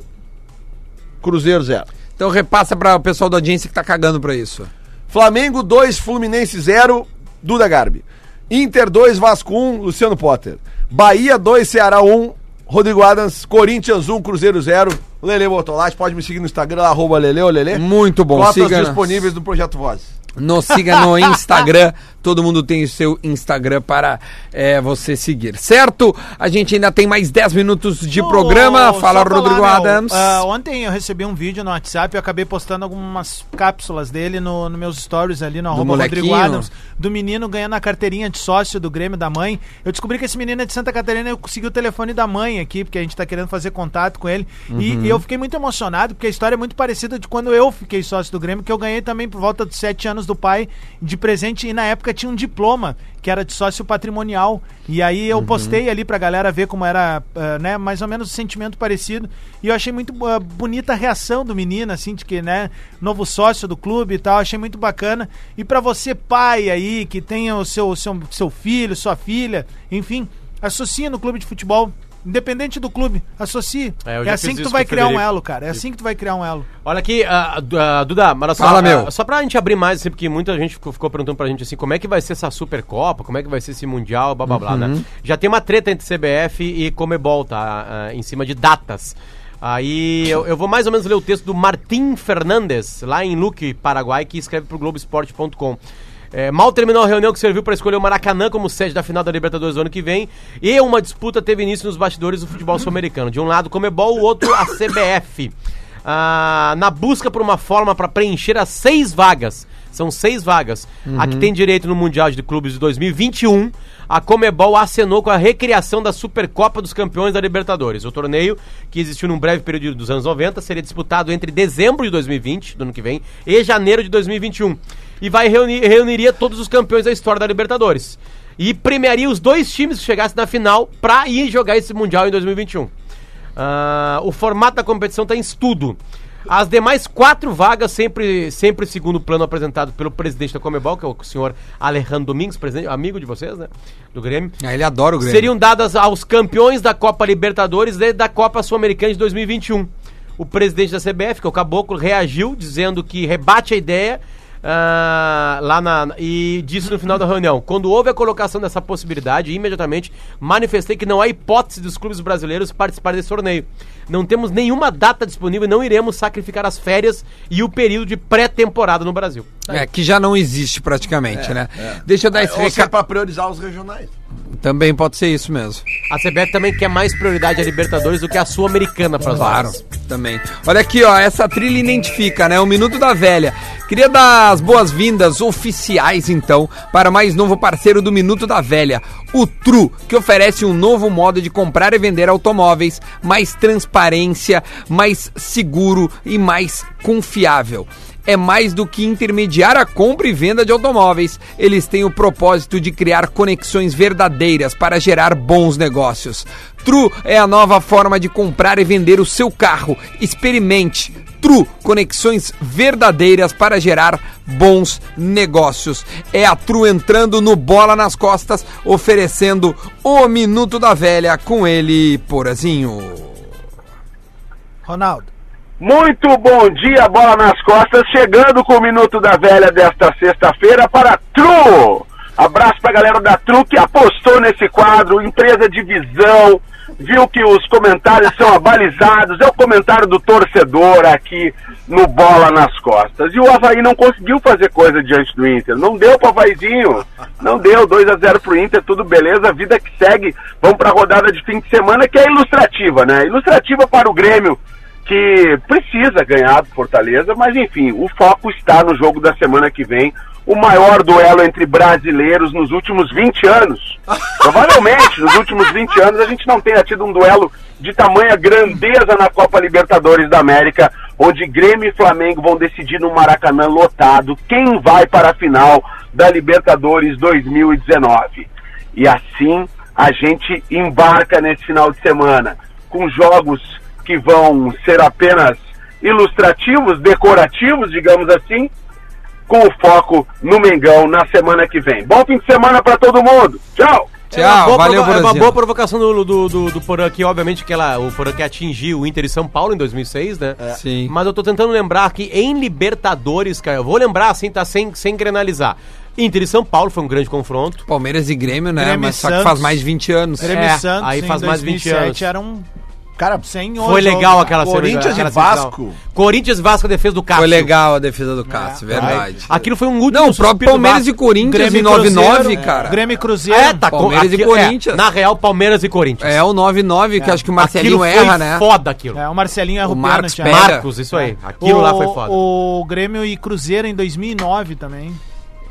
[SPEAKER 6] Cruzeiro 0.
[SPEAKER 2] Então repassa pra o pessoal da audiência que tá cagando pra isso.
[SPEAKER 6] Flamengo 2, Fluminense 0, Duda Garbi. Inter 2, Vasco 1, Luciano Potter. Bahia 2, Ceará 1, Rodrigo Adams. Corinthians 1, Cruzeiro 0. Lele Bortolatti, pode me seguir no Instagram, arroba Lele, ô Lele.
[SPEAKER 2] Muito bom,
[SPEAKER 6] Cotas
[SPEAKER 2] siga-
[SPEAKER 6] disponíveis do Projeto Voz.
[SPEAKER 2] Nos siga no Instagram. Todo mundo tem o seu Instagram para é, você seguir, certo? A gente ainda tem mais 10 minutos de
[SPEAKER 3] Ô,
[SPEAKER 2] programa.
[SPEAKER 3] só
[SPEAKER 2] Fala,
[SPEAKER 3] falar,
[SPEAKER 2] Rodrigo
[SPEAKER 3] meu,
[SPEAKER 2] Adams.
[SPEAKER 6] É,
[SPEAKER 3] ah, ontem eu recebi um vídeo no WhatsApp e acabei postando algumas cápsulas dele no, no meus stories ali no arroba Rodrigo
[SPEAKER 2] molequinho.
[SPEAKER 3] Adams. Do menino ganhando a carteirinha de sócio do Grêmio da mãe. Eu descobri que esse menino é de Santa Catarina e eu consegui o telefone da mãe aqui, porque a gente tá querendo fazer contato com ele. E,
[SPEAKER 2] Uhum.
[SPEAKER 3] e eu fiquei muito emocionado, porque a história é muito parecida de quando eu fiquei sócio do Grêmio, que eu ganhei também por volta dos sete anos do pai de presente. E na época tinha um diploma, que era de sócio patrimonial. E aí
[SPEAKER 4] Uhum.
[SPEAKER 3] eu postei ali pra galera ver como era, ah, né, mais ou menos um sentimento parecido. E eu achei muito ah, bonita a reação do menino, assim, de que, né, novo sócio do clube e tal, achei muito bacana. E pra você, pai aí, que tenha o seu, seu, seu filho, sua filha, enfim, associa no clube de futebol. Independente do clube, associe.
[SPEAKER 4] É,
[SPEAKER 3] É,
[SPEAKER 4] eu já
[SPEAKER 3] assim
[SPEAKER 4] fiz
[SPEAKER 3] que
[SPEAKER 4] isso
[SPEAKER 3] tu vai
[SPEAKER 4] com o
[SPEAKER 3] criar um
[SPEAKER 4] Frederico.
[SPEAKER 3] elo, cara. É assim que tu vai criar um elo.
[SPEAKER 4] Olha aqui, ah, ah, du- ah, Duda, mas olha só,
[SPEAKER 2] Fala,
[SPEAKER 4] ah,
[SPEAKER 2] meu.
[SPEAKER 4] só pra gente abrir mais, assim, porque muita gente ficou, ficou perguntando pra gente assim, como é que vai ser essa Supercopa, como é que vai ser esse Mundial, blá blá blá,
[SPEAKER 2] Uhum.
[SPEAKER 4] né? Já tem uma treta entre CBF e Comebol, tá? Ah, em cima de datas. Aí eu, eu vou mais ou menos ler o texto do Martim Fernandes, lá em Luque, Paraguai, que escreve pro Globoesporte.com. É, mal terminou a reunião que serviu para escolher o Maracanã como sede da final da Libertadores do ano que vem, e uma disputa teve início nos bastidores do futebol sul-americano. De um lado, Comebol, o outro, a CBF. Ah, na busca por uma forma para preencher as seis vagas. São seis vagas. A que tem direito no Mundial de Clubes de 2021, a Comebol acenou com a recriação da Supercopa dos Campeões da Libertadores. O torneio, que existiu num breve período dos anos 90, seria disputado entre dezembro de 2020, do ano que vem, e janeiro de 2021. E vai reunir, reuniria todos os campeões da história da Libertadores. E premiaria os dois times que chegassem na final para ir jogar esse Mundial em 2021. Ah, o formato da competição está em estudo. As demais quatro vagas, sempre, sempre segundo o plano apresentado pelo presidente da Comebol, que é o senhor Alejandro Domingos, presidente, amigo de vocês, né? Do Grêmio.
[SPEAKER 2] Ah, ele adora o Grêmio.
[SPEAKER 6] um
[SPEAKER 4] Seriam dadas aos campeões da Copa Libertadores e da Copa Sul-Americana de 2021. O presidente da CBF, que é o Caboclo, reagiu dizendo que rebate a ideia ah, lá na, e disse no final da reunião: quando houve a colocação dessa possibilidade, imediatamente manifestei que não há hipótese dos clubes brasileiros participarem desse torneio. Não temos nenhuma data disponível e não iremos sacrificar as férias e o período de pré-temporada no Brasil.
[SPEAKER 2] É, que já não existe praticamente, né? Deixa eu dar esse
[SPEAKER 6] É, Ou seja,
[SPEAKER 2] recado.
[SPEAKER 6] pra priorizar os regionais.
[SPEAKER 2] Também pode ser isso mesmo.
[SPEAKER 4] A CBF também quer mais prioridade a Libertadores do que a Sul-Americana para as
[SPEAKER 2] Claro, também. Olha aqui, ó, essa trilha identifica, né? O Minuto da Velha. Queria dar as boas-vindas oficiais, então, para o mais novo parceiro do Minuto da Velha, o Tru, que oferece um novo modo de comprar e vender automóveis, mais transparência, mais seguro e mais confiável é mais do que intermediar a compra e venda de automóveis. Eles têm o propósito de criar conexões verdadeiras para gerar bons negócios. Tru é a nova forma de comprar e vender o seu carro. Experimente. Tru, conexões verdadeiras para gerar bons negócios. É a Tru entrando no bola nas costas, oferecendo o Minuto da Velha com ele, Porazinho.
[SPEAKER 3] Ronaldo.
[SPEAKER 9] Muito bom dia, bola nas costas, chegando com o Minuto da Velha desta sexta-feira para a Tru. Abraço para a galera da Tru que apostou nesse quadro, empresa de visão, viu que os comentários são abalizados, é o comentário do torcedor aqui no Bola nas Costas. E o Havaí não conseguiu fazer coisa diante do Inter, não deu pro Havaizinho, não deu, 2 a 0 pro Inter, tudo beleza, vida que segue. Vamos para a rodada de fim de semana que é ilustrativa, né? Ilustrativa para o Grêmio que precisa ganhar do Fortaleza, mas enfim, o foco está no jogo da semana que vem, o maior duelo entre brasileiros nos últimos 20 anos. Provavelmente, nos últimos 20 anos, a gente não tenha tido um duelo de tamanha grandeza na Copa Libertadores da América, onde Grêmio e Flamengo vão decidir no Maracanã lotado quem vai para a final da Libertadores 2019. E assim a gente embarca nesse final de semana com jogos que vão ser apenas ilustrativos, decorativos, digamos assim, com o foco no Mengão na semana que vem. Bom fim de semana pra todo mundo. Tchau!
[SPEAKER 4] uma
[SPEAKER 2] Tchau,
[SPEAKER 4] boa
[SPEAKER 2] valeu,
[SPEAKER 4] provo- É uma
[SPEAKER 2] Brasil.
[SPEAKER 4] boa provocação do, do, do, do Porã aqui, obviamente, que ela, o Porã quer atingir o Inter e São Paulo em 2006, né?
[SPEAKER 2] É. Sim.
[SPEAKER 4] Mas eu tô tentando lembrar aqui, em Libertadores, cara, eu vou lembrar assim, tá? Sem, sem grenalizar. Inter e São Paulo foi um grande confronto.
[SPEAKER 2] Palmeiras e Grêmio, né?
[SPEAKER 3] Grêmio
[SPEAKER 2] Mas
[SPEAKER 3] e
[SPEAKER 2] só que
[SPEAKER 3] Santos.
[SPEAKER 2] faz mais de 20 anos.
[SPEAKER 3] Grêmio
[SPEAKER 4] É,
[SPEAKER 3] e Santos
[SPEAKER 4] aí faz mais 20 anos.
[SPEAKER 3] era um
[SPEAKER 6] Cara,
[SPEAKER 3] sem
[SPEAKER 4] Foi legal aquela
[SPEAKER 6] Corinthians
[SPEAKER 4] aquela
[SPEAKER 6] e
[SPEAKER 4] semifinal.
[SPEAKER 6] Vasco.
[SPEAKER 4] Corinthians e Vasco, a defesa do Cássio.
[SPEAKER 2] Foi legal a defesa do Cássio, verdade.
[SPEAKER 4] Aquilo foi um último
[SPEAKER 2] Não, o próprio
[SPEAKER 4] suspiro do
[SPEAKER 2] Palmeiras
[SPEAKER 4] Vasco.
[SPEAKER 2] e Corinthians em 99, cara.
[SPEAKER 3] é. Grêmio e Cruzeiro.
[SPEAKER 4] É, tá com-
[SPEAKER 2] Palmeiras e
[SPEAKER 4] aqui- é,
[SPEAKER 2] Corinthians.
[SPEAKER 4] na real, Palmeiras e Corinthians.
[SPEAKER 2] É o 99 que acho que o Marcelinho
[SPEAKER 4] Aquilo
[SPEAKER 2] erra,
[SPEAKER 4] foi
[SPEAKER 2] né?
[SPEAKER 4] foda aquilo.
[SPEAKER 3] É, o Marcelinho
[SPEAKER 2] O
[SPEAKER 3] errou
[SPEAKER 2] Marcos
[SPEAKER 3] pênalti,
[SPEAKER 2] Pérez.
[SPEAKER 3] né?
[SPEAKER 4] Marcos, isso aí. Aquilo lá foi foda.
[SPEAKER 3] O Grêmio e Cruzeiro em 2009 também.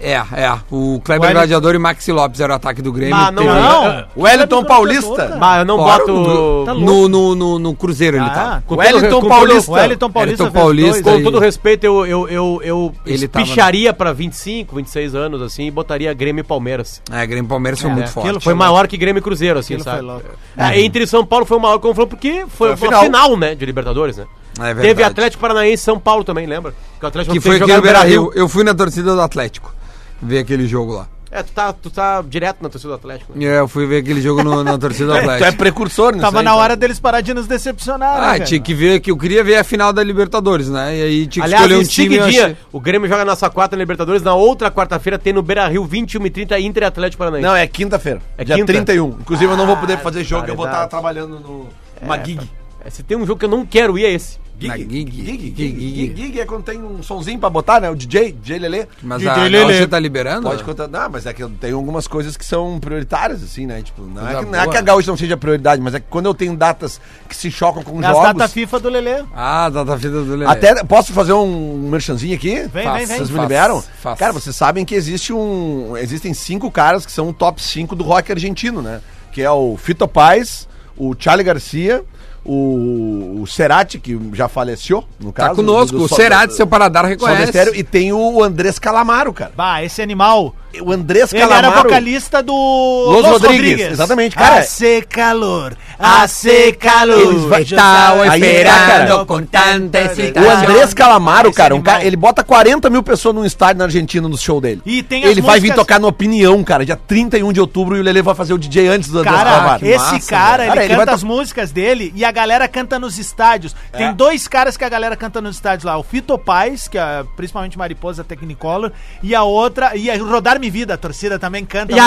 [SPEAKER 2] É, é. O Kleber
[SPEAKER 3] O Eli-
[SPEAKER 2] Gladiador e Maxi Lopes era o ataque do Grêmio.
[SPEAKER 4] Ah, não,
[SPEAKER 2] Teve-
[SPEAKER 4] não.
[SPEAKER 3] tá
[SPEAKER 6] Wellington Paulista.
[SPEAKER 4] Mas eu não
[SPEAKER 2] Fora
[SPEAKER 4] boto. tá
[SPEAKER 2] no,
[SPEAKER 6] Tá
[SPEAKER 2] no, no, no- no Cruzeiro ele
[SPEAKER 3] Ah,
[SPEAKER 2] tava.
[SPEAKER 4] Com todo
[SPEAKER 6] Wellington
[SPEAKER 4] re- com todo-
[SPEAKER 6] Paulista.
[SPEAKER 3] O Wellington Paulista
[SPEAKER 2] Wellington
[SPEAKER 3] fez
[SPEAKER 2] Paulista.
[SPEAKER 3] dois.
[SPEAKER 4] Com todo respeito, eu, eu, eu, eu
[SPEAKER 2] Ele tava-
[SPEAKER 4] picharia pra 25, 26 anos, assim, e botaria Grêmio e Palmeiras.
[SPEAKER 2] É, Grêmio e Palmeiras foi
[SPEAKER 4] É.
[SPEAKER 2] muito forte. Uhum.
[SPEAKER 4] Foi maior que Grêmio e Cruzeiro, assim,
[SPEAKER 3] Aquilo
[SPEAKER 4] sabe?
[SPEAKER 3] foi louco.
[SPEAKER 4] É, entre São Paulo foi o maior confronto, porque foi,
[SPEAKER 6] a
[SPEAKER 4] a
[SPEAKER 6] final.
[SPEAKER 4] final. né, de Libertadores, né?
[SPEAKER 2] É verdade.
[SPEAKER 4] Teve Atlético Paranaense e São Paulo também, lembra? Que, o Atlético
[SPEAKER 2] Que foi
[SPEAKER 4] fez
[SPEAKER 2] aqui
[SPEAKER 4] jogar
[SPEAKER 2] no Beira
[SPEAKER 4] Beira-Rio.
[SPEAKER 2] Rio. Eu fui na torcida do Atlético ver aquele jogo lá.
[SPEAKER 4] É, tu tá, tu tá direto na torcida do Atlético, né?
[SPEAKER 2] É, eu fui ver aquele jogo no- na torcida do
[SPEAKER 6] Tu é
[SPEAKER 2] Atlético.
[SPEAKER 6] precursor, né?
[SPEAKER 3] Tava na hora deles parar de nos decepcionar, né,
[SPEAKER 2] Ah,
[SPEAKER 3] cara?
[SPEAKER 2] tinha que ver que eu queria ver a final da Libertadores, né? E aí tinha que
[SPEAKER 4] Aliás,
[SPEAKER 2] escolher
[SPEAKER 4] em
[SPEAKER 2] um time. eu
[SPEAKER 4] seguidinha,
[SPEAKER 2] achei-
[SPEAKER 4] o Grêmio joga nessa quarta na Libertadores, na outra quarta-feira tem no Beira-Rio 21h30 Inter e Atlético Paranaense.
[SPEAKER 6] Não, é quinta-feira.
[SPEAKER 4] É
[SPEAKER 6] dia
[SPEAKER 4] quinta?
[SPEAKER 6] 31. Inclusive, eu não vou poder fazer jogo, eu vou estar
[SPEAKER 4] barbaridade.
[SPEAKER 6] trabalhando no. Uma gig.
[SPEAKER 4] É, Se tem um jogo que eu não quero ir, é esse.
[SPEAKER 2] Na
[SPEAKER 6] Gig?
[SPEAKER 2] gig?
[SPEAKER 6] Gig,
[SPEAKER 2] Que
[SPEAKER 6] gig.
[SPEAKER 2] gig?
[SPEAKER 6] Gig é quando tem um sonzinho pra botar, né? O DJ, DJ Lelê.
[SPEAKER 2] Mas
[SPEAKER 3] DJ
[SPEAKER 2] a
[SPEAKER 3] Lelê.
[SPEAKER 2] Gaúcha tá liberando?
[SPEAKER 6] Pode contar. Não, mas é que eu tenho algumas coisas que são prioritárias, assim, né? Tipo, não é
[SPEAKER 2] Coisa
[SPEAKER 6] que, não é
[SPEAKER 2] boa.
[SPEAKER 6] que a gaúcha não seja prioridade, mas é que quando eu tenho datas que se chocam com
[SPEAKER 3] É As
[SPEAKER 6] jogos.
[SPEAKER 3] data FIFA do Lelê.
[SPEAKER 2] Ah, tá da vida do Lelê.
[SPEAKER 6] Até posso fazer um merchanzinho aqui?
[SPEAKER 3] É. Vem,
[SPEAKER 2] Faça,
[SPEAKER 3] vem, vem.
[SPEAKER 6] Vocês me
[SPEAKER 2] Faz,
[SPEAKER 6] liberam?
[SPEAKER 2] faz.
[SPEAKER 6] Cara, vocês sabem que existe um. Existem cinco caras que são o top 5 do rock argentino, né? Que é o Fito Paz, o Charlie Garcia, o, o Cerati, que já faleceu, no
[SPEAKER 2] Tá
[SPEAKER 6] caso.
[SPEAKER 2] conosco.
[SPEAKER 6] do- do-
[SPEAKER 2] o Cerati,
[SPEAKER 6] do-
[SPEAKER 2] seu paladar
[SPEAKER 6] Soda
[SPEAKER 2] reconhece.
[SPEAKER 6] Stereo, e tem o Andrés Calamaro, cara.
[SPEAKER 3] Bah, esse animal.
[SPEAKER 6] O Andrés
[SPEAKER 3] Ele
[SPEAKER 6] Calamaro.
[SPEAKER 3] era vocalista do
[SPEAKER 6] Los Rodrigues, exatamente, cara.
[SPEAKER 3] A ser calor, a ser
[SPEAKER 6] Eles
[SPEAKER 3] calor.
[SPEAKER 6] vai- Estava
[SPEAKER 3] Aí,
[SPEAKER 6] esperando
[SPEAKER 3] cara.
[SPEAKER 2] com tanta
[SPEAKER 3] excitação.
[SPEAKER 2] Ah,
[SPEAKER 6] O Andrés Calamaro,
[SPEAKER 3] Esse
[SPEAKER 6] cara, um
[SPEAKER 3] animal.
[SPEAKER 6] cara, ele bota 40 mil pessoas num estádio na Argentina no show dele.
[SPEAKER 3] E tem as
[SPEAKER 6] ele vai vir
[SPEAKER 3] músicas-
[SPEAKER 6] tocar no Opinião, cara, dia 31 de outubro e o Lele vai fazer o DJ antes do Andrés
[SPEAKER 3] Cara,
[SPEAKER 6] Calamaro.
[SPEAKER 3] esse
[SPEAKER 2] massa,
[SPEAKER 3] cara,
[SPEAKER 6] velho. Cara,
[SPEAKER 3] ele
[SPEAKER 6] ele vai
[SPEAKER 3] canta
[SPEAKER 6] to-
[SPEAKER 3] as músicas dele e a galera canta nos estádios. Tem dois caras que a galera canta nos estádios lá. O Fito Paz, que é principalmente Mariposa Technicolor, e a outra, e a Rodar Me Vida, a torcida também canta. no-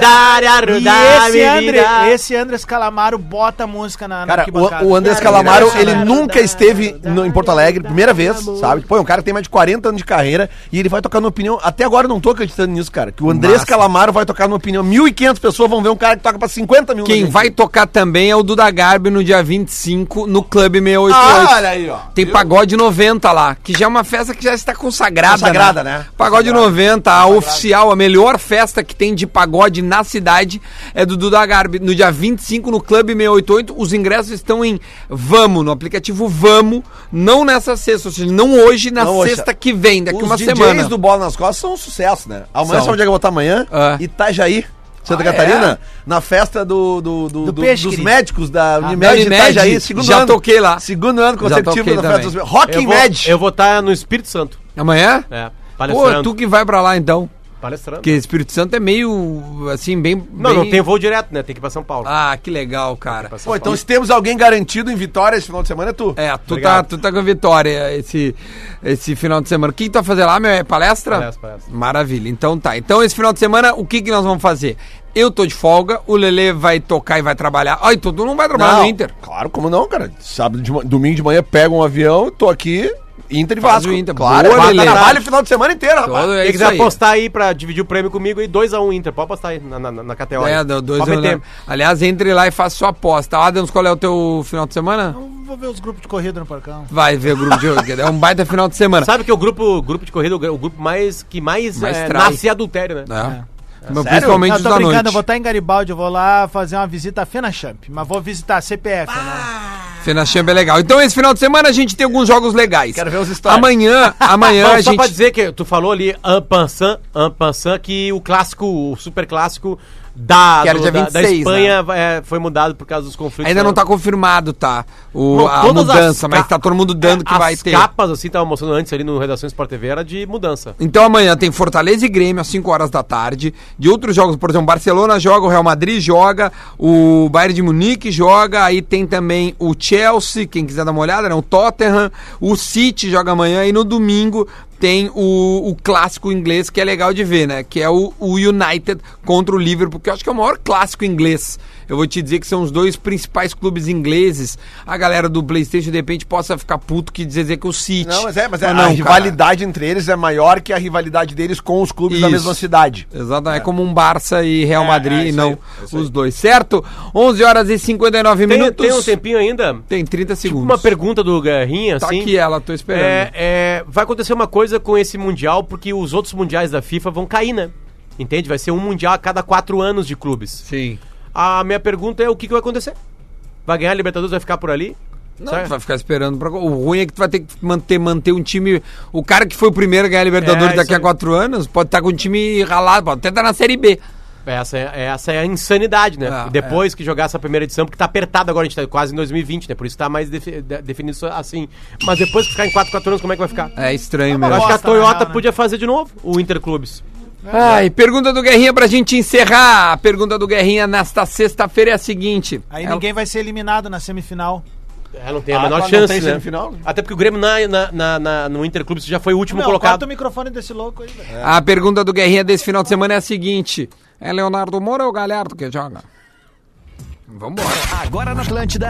[SPEAKER 3] E esse, André, esse Andres Calamaro bota a música na, na
[SPEAKER 6] Cara,
[SPEAKER 3] arquibancada.
[SPEAKER 6] o, o Andrés Calamaro, ele
[SPEAKER 3] né?
[SPEAKER 6] nunca esteve no- em Porto Alegre, primeira vez,
[SPEAKER 3] Tá
[SPEAKER 6] sabe? Pô, é um cara que tem mais de 40 anos de carreira e ele vai tocar no Opinião. Até agora eu não tô acreditando nisso, cara. Que o Andrés
[SPEAKER 2] Massa.
[SPEAKER 6] Calamaro vai tocar no Opinião. 1.500 pessoas vão ver um cara que toca pra 50 mil.
[SPEAKER 2] Quem
[SPEAKER 6] na
[SPEAKER 2] vai
[SPEAKER 6] Argentina.
[SPEAKER 2] tocar também é o Duda Garbi no dia 25 no Clube 688.
[SPEAKER 6] Ah, olha aí, ó.
[SPEAKER 2] Tem pagode 90 lá, que já é uma festa que já está consagrada.
[SPEAKER 6] Consagrada, né?
[SPEAKER 2] Pagode 90, a oficial, a melhor festa que tem de pagode na cidade é do Duda Garbi. No dia 25, no Clube 688, os ingressos estão em Vamo, no aplicativo Vamo, não nessa sexta, ou seja, não hoje, na
[SPEAKER 6] Não hoje.
[SPEAKER 2] sexta É que vem, daqui
[SPEAKER 6] Os
[SPEAKER 2] uma
[SPEAKER 6] DJs
[SPEAKER 2] semana.
[SPEAKER 6] do Bola nas Costas são um sucesso, né? Amanhã
[SPEAKER 2] São.
[SPEAKER 6] sabe onde é que eu vou estar amanhã?
[SPEAKER 2] Ah.
[SPEAKER 6] Itajaí, Santa
[SPEAKER 2] é?
[SPEAKER 6] Catarina, na festa do, do, do-
[SPEAKER 3] Do
[SPEAKER 6] do-
[SPEAKER 3] peixe,
[SPEAKER 6] dos
[SPEAKER 3] querido.
[SPEAKER 6] médicos da
[SPEAKER 2] Ah, da
[SPEAKER 6] Unimed
[SPEAKER 2] Unimed,
[SPEAKER 6] Itajaí, segundo
[SPEAKER 2] já
[SPEAKER 6] ano.
[SPEAKER 2] toquei lá.
[SPEAKER 6] Segundo ano consecutivo
[SPEAKER 2] toquei
[SPEAKER 6] na festa
[SPEAKER 2] também.
[SPEAKER 6] dos médicos. Rock
[SPEAKER 4] Eu vou-
[SPEAKER 6] Med.
[SPEAKER 4] Eu vou estar no Espírito Santo.
[SPEAKER 2] Amanhã?
[SPEAKER 4] É,
[SPEAKER 2] Pô,
[SPEAKER 4] palestrando.
[SPEAKER 2] tu que vai pra lá então.
[SPEAKER 4] Palestrando.
[SPEAKER 2] Porque Espírito Santo é meio, assim, bem...
[SPEAKER 4] Não,
[SPEAKER 2] bem-
[SPEAKER 4] não tem voo direto, né? Tem que ir pra São Paulo.
[SPEAKER 2] Ah, que legal, cara.
[SPEAKER 4] Pra São
[SPEAKER 6] Pô, então
[SPEAKER 4] Paulo.
[SPEAKER 6] se temos alguém garantido em vitória esse final de semana é tu.
[SPEAKER 2] É, tu tá,
[SPEAKER 4] Obrigado.
[SPEAKER 2] tu tá com a vitória esse, esse final de semana. O que, que tu vai fazer lá, meu? É palestra?
[SPEAKER 4] Palestra, palestra.
[SPEAKER 2] Maravilha. Então tá. Então esse final de semana, o que, que nós vamos fazer? Eu tô de folga, o Lelê vai tocar e vai trabalhar. Ai, tu tu não vai trabalhar no Inter.
[SPEAKER 6] Claro, como não, cara? Sábado, de ma- domingo de manhã, pego um avião, tô aqui, Inter e
[SPEAKER 2] Faz
[SPEAKER 6] Vasco.
[SPEAKER 2] o Inter.
[SPEAKER 6] Claro,
[SPEAKER 2] Boa,
[SPEAKER 6] eu
[SPEAKER 2] Lelê.
[SPEAKER 6] trabalho o final de semana inteiro, rapaz.
[SPEAKER 2] Todo é
[SPEAKER 4] Quem
[SPEAKER 2] isso
[SPEAKER 4] quiser
[SPEAKER 2] aí.
[SPEAKER 4] apostar aí pra dividir o prêmio comigo aí, 2x1 Inter. Pode apostar aí na, na, na KTO.
[SPEAKER 2] É, deu dois
[SPEAKER 4] Pode
[SPEAKER 2] eu
[SPEAKER 4] meter.
[SPEAKER 2] lembro. Aliás, entre lá e faça sua aposta. Adams, qual é o teu final de semana?
[SPEAKER 3] Vou ver os grupos de corrida no parcão.
[SPEAKER 2] Vai ver o grupo de... É um baita final de semana.
[SPEAKER 4] Sabe que o grupo, grupo de corrida é o grupo mais que mais,
[SPEAKER 2] Mais
[SPEAKER 4] é,
[SPEAKER 2] trai.
[SPEAKER 4] nasce adultério, né?
[SPEAKER 2] É. Mas Principalmente
[SPEAKER 3] Não,
[SPEAKER 2] os
[SPEAKER 3] tô
[SPEAKER 2] da
[SPEAKER 3] brincando,
[SPEAKER 2] noite.
[SPEAKER 3] eu vou estar em Garibaldi, eu vou lá fazer uma visita à Fenachamp, mas vou visitar a CPF, né?
[SPEAKER 2] Fenachamba é legal. Então, esse final de semana a gente tem alguns jogos legais.
[SPEAKER 6] Quero ver os stories.
[SPEAKER 2] Amanhã, amanhã
[SPEAKER 4] Só,
[SPEAKER 2] a
[SPEAKER 4] só pra
[SPEAKER 2] gente.
[SPEAKER 4] dizer que tu falou ali, en passant, en passant, que o clássico, o super clássico da,
[SPEAKER 2] Que era
[SPEAKER 4] do-
[SPEAKER 2] dia
[SPEAKER 4] da- da
[SPEAKER 2] 26,
[SPEAKER 4] Espanha é, foi mudado por causa dos conflitos.
[SPEAKER 2] né? Ainda não tá confirmado, tá? O,
[SPEAKER 4] né? Bom,
[SPEAKER 2] a
[SPEAKER 4] todas as
[SPEAKER 2] mudança, mas
[SPEAKER 4] ca- é,
[SPEAKER 2] tá todo mundo dando que
[SPEAKER 4] As
[SPEAKER 2] vai ter.
[SPEAKER 4] capas, assim, tava mostrando antes ali no Redação Sport TV, era de mudança.
[SPEAKER 2] Então amanhã tem Fortaleza e Grêmio às 5 horas da tarde. De outros jogos, por exemplo, Barcelona joga, o Real Madrid joga, o Bayern de Munique joga, aí tem também o Chelsea, quem quiser dar uma olhada, né? o Tottenham, o City joga amanhã e no domingo tem o, o clássico inglês que é legal de ver, né? Que é o, o United contra o Liverpool, que eu acho que é o maior clássico inglês. Eu vou te dizer que são os dois principais clubes ingleses. A galera do PlayStation de repente possa ficar puto que dizer que o City.
[SPEAKER 6] Não, mas é, mas é, a
[SPEAKER 2] não, cara.
[SPEAKER 6] rivalidade entre eles é maior que a rivalidade deles com os clubes da
[SPEAKER 2] Isso.
[SPEAKER 6] mesma cidade.
[SPEAKER 2] Exatamente, é como um Barça e Real Madrid,
[SPEAKER 6] é
[SPEAKER 2] e
[SPEAKER 6] isso
[SPEAKER 2] não
[SPEAKER 6] aí, é isso
[SPEAKER 2] os dois, certo? 11 horas e 59
[SPEAKER 4] Tem,
[SPEAKER 2] minutos.
[SPEAKER 4] tem um tempinho ainda?
[SPEAKER 2] Tem 30 segundos.
[SPEAKER 4] Uma pergunta do Guerrinha,
[SPEAKER 2] Tá
[SPEAKER 4] assim.
[SPEAKER 2] aqui ela, tô esperando.
[SPEAKER 4] É, é, vai acontecer uma coisa com esse Mundial, porque os outros Mundiais da FIFA vão cair, né? Entende? Vai ser um Mundial a cada quatro anos de clubes.
[SPEAKER 2] Sim.
[SPEAKER 4] A minha pergunta é o que, que vai acontecer? Vai ganhar a Libertadores, vai ficar por ali?
[SPEAKER 2] Não,
[SPEAKER 4] Sabe?
[SPEAKER 2] tu vai ficar esperando. Pra... O ruim é que tu vai ter que manter, manter um time. O cara que foi o primeiro a ganhar a Libertadores
[SPEAKER 4] É,
[SPEAKER 2] daqui
[SPEAKER 4] isso
[SPEAKER 2] a
[SPEAKER 4] aí.
[SPEAKER 2] quatro anos pode estar com um time ralado, pode até estar na Série B.
[SPEAKER 4] Essa é, essa é a insanidade, né?
[SPEAKER 2] Ah,
[SPEAKER 4] Depois que jogar essa primeira edição, porque tá apertado agora, a gente tá quase em 2020, né? Por isso tá mais defi- de- definido só assim. Mas depois que ficar em 4, 4 anos, como é que vai ficar?
[SPEAKER 2] É estranho
[SPEAKER 4] Eu
[SPEAKER 2] mesmo.
[SPEAKER 4] acho que a
[SPEAKER 3] bosta, na
[SPEAKER 4] Toyota
[SPEAKER 3] real, né?
[SPEAKER 4] podia fazer de novo o Interclubes.
[SPEAKER 2] Ai, pergunta do Guerrinha pra gente encerrar. A pergunta do Guerrinha nesta sexta-feira é a seguinte.
[SPEAKER 3] Aí
[SPEAKER 2] Ela-
[SPEAKER 3] ninguém vai ser eliminado na semifinal.
[SPEAKER 4] É, não tem a
[SPEAKER 6] Ah,
[SPEAKER 4] menor
[SPEAKER 6] mas não
[SPEAKER 4] chance,
[SPEAKER 6] tem
[SPEAKER 4] né?
[SPEAKER 6] semifinal?
[SPEAKER 4] Até porque o Grêmio na, na, na, na- no Interclubes já foi o último
[SPEAKER 3] Meu, corta
[SPEAKER 4] colocado.
[SPEAKER 3] o microfone desse louco aí, velho.
[SPEAKER 2] A pergunta do Guerrinha desse final de semana é a seguinte: é Leonardo Moura ou Galhardo que joga? Vambora.
[SPEAKER 8] Agora na Atlântida.